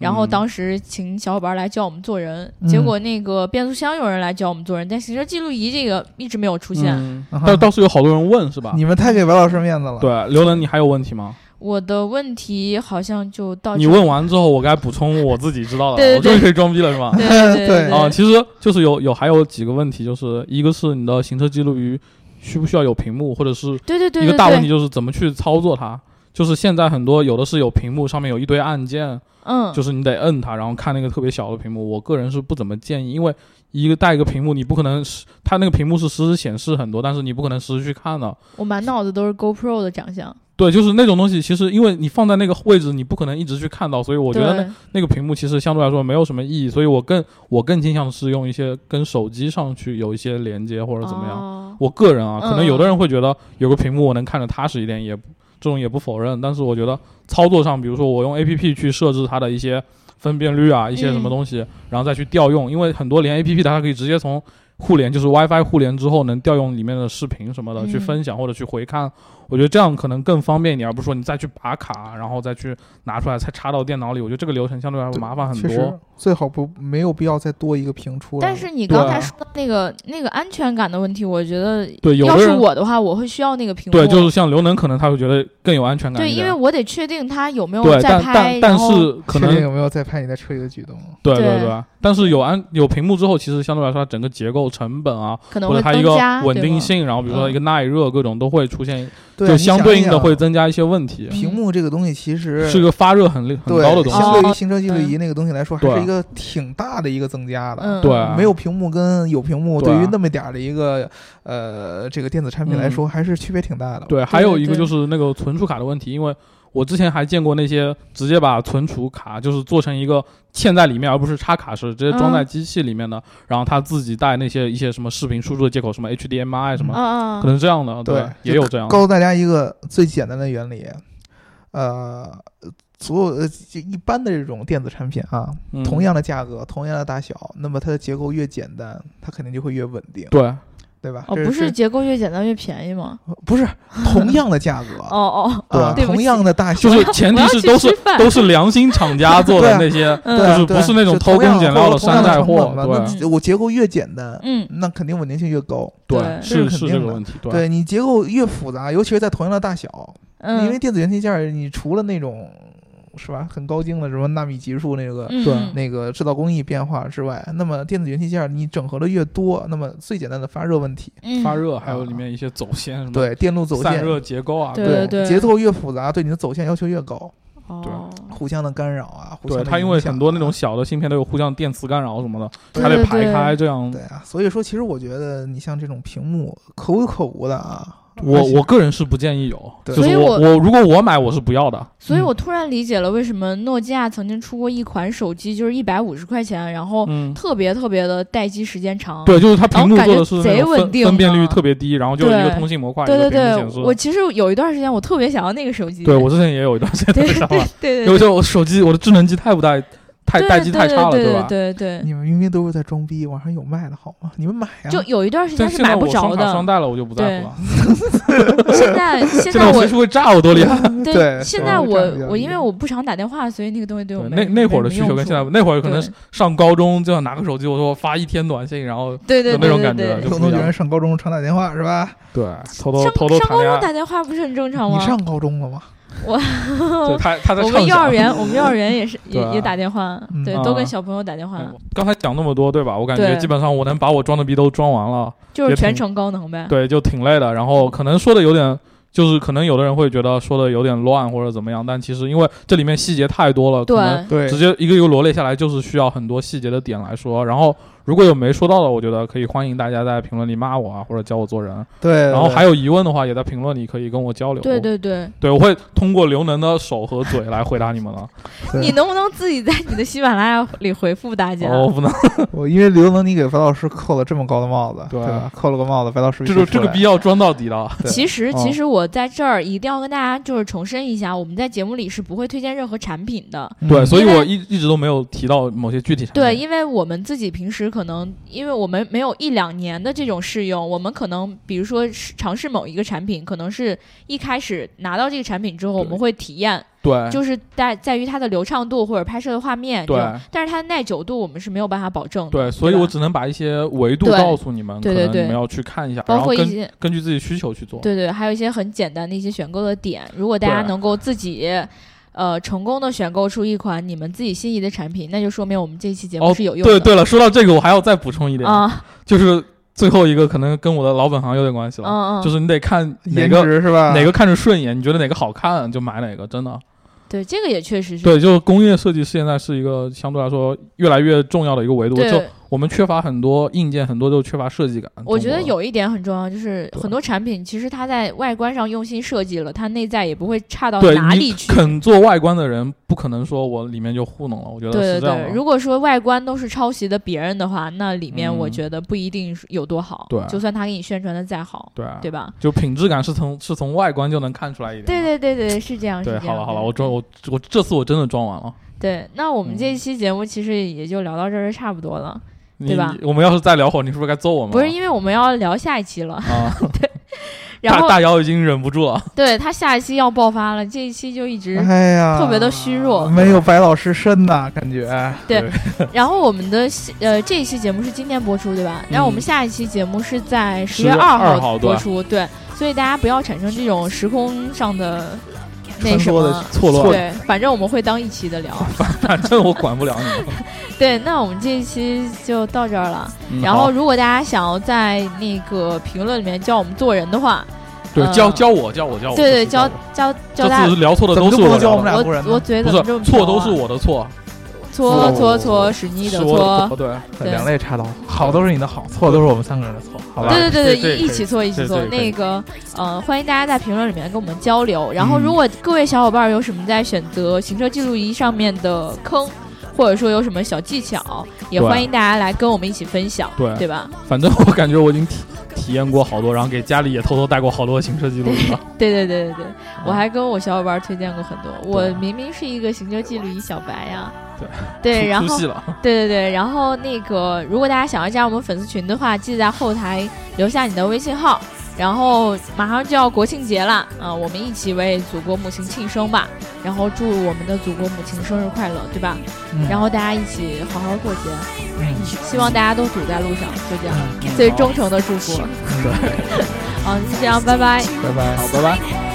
A: 然后
C: 嗯
A: 当时请小伙伴来教我们做人，结
B: 嗯
A: 果那个变速箱有人来教我们做人，但行车记录仪这个一直没有出现。
C: 嗯
B: 啊哈
C: 但倒是有好多人问是吧？
B: 你们太给白老师面子了。
C: 对，刘能，你还有问题吗？
A: 我的问题好像哦就到
C: 你
A: 这
C: 问完之后，我该补充我自己知道的
A: 对对
C: 了，我终于
A: 对
C: 可以装逼了是吧？
A: 对
C: <laughs>
A: 对对
B: 对
A: 对
C: 啊，其实就是有有还有几个问题，就是一个是你的行车记录仪需不需要有屏幕，或者是
A: 对对对
C: 一
A: 对
C: 个大问
A: 对，
C: 题就是怎么去操作它。就是现在很多有的是有屏幕，上面有一堆按键，
A: 嗯，
C: 就是你得摁它，然后看那个特别小的屏幕。我个人是不怎么建议，因为一个带一个屏幕，你不可能是它那个屏幕是实时显示很多，但是你不可能实时去看的。
A: 我满脑子都是 GoPro 的长相。
C: 对，就是那种东西，其实因为你放在那个位置，你不可能一直去看到，所以我觉得那
A: 对
C: 那个屏幕其实相对来说没有什么意义，所以我更我更倾向是用一些跟手机上去有一些连接或者怎么样。
A: 哦
C: 我个人啊，
A: 嗯
C: 可能有的人会觉得有个屏幕我能看着踏实一点，也不这种也不否认。但是我觉得操作上，比如说我用 A P P 去设置它的一些分辨率
A: 嗯
C: 啊，一些什么东西，然后再去调用，因为很多连 A P P 它可以直接从互联，就是 WiFi 互联之后能调用里面的视频什么的、
A: 嗯
C: 去分享或者去回看。我觉得这样可能更方便一点，而不是说你再去拔卡，然后再去拿出来再插到电脑里。我觉得这个流程相对来说
B: 对
C: 麻烦很
B: 确
C: 多
B: 实。最好不没有必要再多一个屏出来。
A: 但是你
C: 对
A: 刚
C: 啊
A: 才说的那个那个安全感的问题，我觉得
C: 对，有
A: 要
C: 的
A: 是
C: 人
A: 我的话，我会需要那个屏幕。
C: 对，就是像刘能，可能他会觉得更有安全感
A: 对
C: 一
A: 因
C: 点
A: 为我得确定他有没有
C: 对，
A: 在
C: 但
A: 拍，
C: 但但
A: 然后
C: 是可
B: 确定
C: 能
B: 有没有在拍你在车里的举动？
C: 对
A: 对
C: 对，但是有安有屏幕之后，其实相对来说，它整个结构成本啊，
A: 可能
C: 或
A: 会
C: 者它一
A: 增
C: 个
A: 加
C: 稳
A: 对
C: 定
A: 吧
C: 性，然后比如说
A: 嗯
C: 一个耐热，各种都会出现，
B: 对，啊
C: 就
B: 你
C: 相
B: 想
C: 对
B: 一
C: 应的
B: 想
C: 会增加一些问题，
B: 屏幕这个东西其实
C: 是一个发热很厉很
B: 对
C: 高的东
A: 哦
C: 西。
B: 相对于行车记录仪
A: 对
B: 那个东西来说，还
C: 对啊
B: 是一个挺大的一个增加的。
A: 嗯，
C: 对啊
B: 没有屏幕跟有屏幕，
C: 对
B: 对
C: 啊嗯
B: 于那么点儿的一个呃这个电子产品来说，还是区别挺大的。，
C: 对，还有一个
A: 对
C: 就是那个存储卡的问题，因为我之前还见过那些直接把存储卡就是做成一个嵌在里面，而不是插卡式，直接装在
A: 嗯
C: 机器里面的，然后他自己带那些一些什么视频输出的接口，什么 HDMI 什么，
A: 啊
C: 可能这样的，
B: 对
C: 也有这样的。
B: 告诉大家一个最简单的原理，呃，所有呃就一般的这种电子产品啊，
C: 嗯
B: 同样的价格，同样的大小，那么它的结构越简单，它肯定就会越稳定，
A: <laughs>
C: 对，
B: 对吧？
A: 哦，
B: 这
A: 不
B: 是
A: 是结构越简单越便宜吗？
B: 不是同样的价格，
A: 哦哦，
C: 对
B: 啊，
A: 对不
B: 同
A: 起
B: 样的大小
C: 就。是前提是都
A: 我要
C: 是
A: 去吃饭
C: 都是良心厂家
A: <laughs>
C: 做的那些，
A: 嗯
B: 对啊
C: 就是不
B: 对啊
C: 是那种偷
B: 同样
C: 工减料的
B: 的同样
C: 山寨
B: 成本
C: 货
B: 嘛
C: 对
B: 那我结构越简单，
A: 嗯，
B: 那肯定稳定性越高。
A: 对
C: 是
B: 这是肯
C: 是
B: 定
C: 这个
B: 的
C: 问题，对
B: 对你结构越复杂，尤其是在同样的大小，
A: 嗯，
B: 因为电子元器件儿，你除了那种是吧很高精的什么纳米级数那个、
A: 嗯
C: 对啊
A: 嗯
B: 那个制造工艺变化之外，那么电子元器件儿你整合的越多，那么最简单的发热问题，
A: 嗯
C: 发热还有里面一些走线什么，
B: 啊对电路走
C: 散
B: 线，
C: 热结构啊，
A: 对
C: 各种
A: 对
B: 结构越复杂，对你的走线要求越高，
A: 哦，
B: 互相的干扰啊，互相
C: 对
B: 的
C: 它因为
B: 影响啊
C: 很多那种小的芯片都有互相电磁干扰什么的，
A: 对
C: 它得
A: 对
C: 排
A: 对
C: 开这样。
B: 对啊，所以说其实我觉得你像这种屏幕可有可无的啊，
C: 我
B: 而且
C: 我个人是不建议有，
B: 对
C: 就
A: 所
C: 是
A: 以哦
C: 我我如果我买我是不要的，
A: 所以
B: 嗯
A: 我突然理解了为什么诺基亚曾经出过一款手机，就是一百五十块钱，然后
C: 嗯，
A: 特别特别的待机时间长。
C: 对，就是它屏幕
A: 然后感
C: 做
A: 觉
C: 的是那
A: 贼
C: 种
A: 稳
C: 分
A: 定
C: 分辨率
A: 呢
C: 特别低，然后就有一个
A: 对
C: 通信模块，一
A: 对对
C: 个屏幕显
A: 对，我
C: 示。
A: 其实有一段时间我特别想要那个手机。
C: 对我之前也有一段时间
A: 对
C: 特别
A: 对
C: 想
A: 对
C: 买，
A: 对
C: 因
A: 对，
C: 为就我手机我的智能机太不带太
A: 对
C: 待机太
A: 对
C: 差了，
A: 对
C: 吧？
A: 对对对，
B: 你们明明都是在装逼，网上有卖的好吗？你们买啊呀、
A: 就有一段时间
C: 但
A: 是
C: 现在
A: 买不
C: 我双
A: 着
C: 卡
A: <laughs>
C: 双
A: 的。
C: 待了，我就不在乎了。
A: 现
C: <laughs>
A: 在现
C: 这种
A: 我嗯
C: 随时会炸我多啊嗯厉害！
B: 对
A: 现
B: 是
A: 在
B: 吧这样
A: 我
B: 比较
A: 我
B: 理
A: 因为
B: 解
A: 我不常打电话，所以那个东西对
C: <laughs>
A: 我
C: 对
A: 没
C: 那那会儿的需求跟现在，那会儿可能
A: 对
C: 上高中就想拿个手机，我说我发一天短信，然后
A: 对对
C: 有
A: 对
C: 那
A: 对
C: 种
A: 对
C: 感觉
A: 对
C: 就
B: 有同学上高中常打电话是吧？
C: 对偷偷
A: 上
C: 偷偷
A: 上
C: 谈
A: 高
C: 恋
A: 中
C: 爱。
A: 打电话不是很正常
B: 你
A: 吗？
B: 上高中了吗？
C: 对他 <laughs> 他在
A: 哦我
C: 畅
A: 们幼
C: 想
A: 儿。园，我们幼儿园也是也
C: <laughs> 对啊
A: 也打电话，
B: 嗯
A: 对
C: 啊，
A: 都跟小朋友打电话，
C: 嗯刚才讲那么多，对吧？我感觉
A: 对
C: 基本上我能把我装的逼都装完了，
A: 就是
C: 也挺
A: 全程高能呗。
C: 对，就挺累的。然后可能说的有点，就是可能有的人会觉得说的有点乱或者怎么样，但其实因为这里面细节太多了，可能
A: 对，
B: 对
C: 直，接一个一个罗列下来，就是需要很多细节的点来说。然后如果有没说到的，我觉得可以欢迎大家在评论里骂我啊，或者教我做人。
B: 对，
C: 然后还
B: 有
C: 有疑问的话，也在评论里可以跟我交流。
A: 对对对，
C: 对，我会通过刘能的手和嘴来回答你们了。
A: 你能不能自己在你的喜马拉雅里回复大家？
C: 哦，不能，
B: 我因为刘能你给白老师扣了这么高的帽子，
C: 对
B: 对吧？扣了个帽子，白老师必
C: 这
B: 须
C: 个
B: 出
C: 这个
B: 来
C: 逼要装到底的。
B: 对
A: 其实，
C: 哦
A: 其实我在这儿一定要跟大家就是重申一下，我们在节目里是不会推荐任何产品的。
B: 嗯
C: 对，所以
A: 因为
C: 我一一直都没有提到某些具体产品。
A: 对，因为我们自己平时可能，因为我们没有一两年的这种试用，我们可能比如说是尝试某一个产品，可能是一开始拿到这个产品之后，我们会体验，
C: 对，
A: 就是在在于它的流畅度或者拍摄的画面这
C: 对
A: 种，但是它的耐久度我们是没有办法保证的。
C: 对，所以
A: 吧
C: 我只能把一些维度
A: 对
C: 告诉你们，
A: 对对
C: 可能
A: 对
C: 你们要去看一下，
A: 包
C: 然后
A: 括一
C: 根
A: 些
C: 根据自己需求去做。
A: 对对，还有一些很简单的一些选购的点，如果大家
C: 对
A: 能够自己。呃，成功的选购出一款你们自己心仪的产品，那就说明我们这期节目
C: 哦，
A: 是有用的。
C: 对对了，说到这个，我还要再补充一点，
A: 啊，
C: 就是最后一个可能跟我的老本行有点关系
A: 嗯
C: 了，
A: 嗯，
C: 就是你得看哪
B: 颜
C: 个
B: 值啊是吧？
C: 哪个看着顺眼，你觉得哪个好看就买哪个，真
A: 嗯
C: 的。
A: 对这个也确实是
C: 对，就是工业设计现在是一个相对来说越来越重要的一个维度，
A: 对
C: 就我们缺乏很多硬件，很多就缺乏设计感。
A: 我觉得
C: 中国
A: 有一点很重要，就是
C: 对
A: 很多产品其实它在外观上用心设计了，它内在也不会差到
C: 对
A: 哪
C: 你
A: 里去。
C: 肯做外观的人，不可能说我里面就糊弄了，我觉得
A: 对对
C: 是这样的。
A: 对，如果说外观都是抄袭的别人的话，那里面
C: 嗯
A: 我觉得不一定是有多好。
C: 对
A: 就算他给你宣传的再好，
C: 对啊
A: 对吧？
C: 就品质感是从是从外观就能看出来一点的。
A: 对对对对，是这样。
C: 对
A: 是这
C: 好
A: 样
C: 了好
A: 对
C: 了，我装我我这次我真的装完了。
A: 对，那我们这
C: 嗯
A: 一期节目其实也就聊到这儿，差不多了。
C: 你
A: 对吧
C: 你我们要是再聊会儿，你是不是该揍我们了？
A: 不是因为我们要聊下一期了，
C: 啊，
A: 然
C: 大
A: 后
C: 大姚已经忍不住了。
A: 对他下一期要爆发了，这一期就一直
B: 哎呀，
A: 特别的虚弱
B: 没有白老师深呐，感觉。
C: 哎
A: <laughs> 然后我们的呃这一期节目是今天播出对吧？然后我们
C: 嗯
A: 下一期节目是在十
C: 月
A: 月
C: 2
A: 二
C: 号
A: 号
C: 对
A: 播出，对，所以大家不要产生这种时空上的那
B: 穿
A: 什
B: 梭的
A: 么
C: 错乱 <laughs>
A: 对，反正我们会当一期的聊。
C: 反正我管不了你
A: <laughs>
C: 们。
A: 对，那我们这一期就到这儿了。
C: 嗯
A: 然
C: 好
A: 后如果大家想要在那个评论里面教我们做人的话，
C: 对
A: 呃
C: 教教我教我哦教我，
A: 对对，
C: 这次教
A: 教教教
C: 我
A: 大
C: 这次
A: 家。
C: 聊错的
B: 怎么
C: 都
B: 就是不能
C: 我
B: 教我
C: 聊
B: 们
C: 的，
A: 我
B: 俩做人呢
A: 我嘴
C: 不
A: 怎么这么
C: 是错都是
A: 瓢啊
C: 我的错，
A: 搓
B: 我
A: 搓搓是你
C: 是
A: 的啊
C: 我的错
A: 搓，
C: 对。
A: 对
B: 两肋插刀，好都是你的好，错都是我们三个人的错，好吧？
A: 对对
C: 这
A: 对，
C: 这
A: 一一起做一起
C: 这
A: 做。
C: 这可以
A: 那个，呃，欢迎大家在评论里面跟我们交流。然后，
C: 嗯
A: 如果各位小伙伴有什么在选择行车记录仪上面的坑，或者说有什么小技巧，也
C: 对
A: 欢迎大家来跟我们一起分享，
C: 对
A: <laughs> 对吧？
C: 反正我感觉我已经体体验过好多，然后给家里也偷偷带过好多行车记录仪了。
A: 对对对对对，我还跟我小伙伴推荐过很多。我明明是一个行车记录仪小白呀，
C: <laughs>
A: 对
C: 出
A: 然
C: 出
A: 后
C: 戏了，
A: 对对对，然后那个，如果大家想要加入我们粉丝群的话，记得在后台留下你的微信号。然后马上就要国庆节了，啊、我们一起为祖国母亲庆生吧。然后祝我们的祖国母亲生日快乐，对吧？
B: 嗯
A: 然后大家一起好好过节，
B: 嗯
A: 希望大家都堵在路上，就这样。
B: 嗯
A: 最忠诚的祝福，
B: 对，
A: <laughs> 啊，就这样，拜拜。
B: 拜拜，
C: 好，拜拜。
D: 拜拜。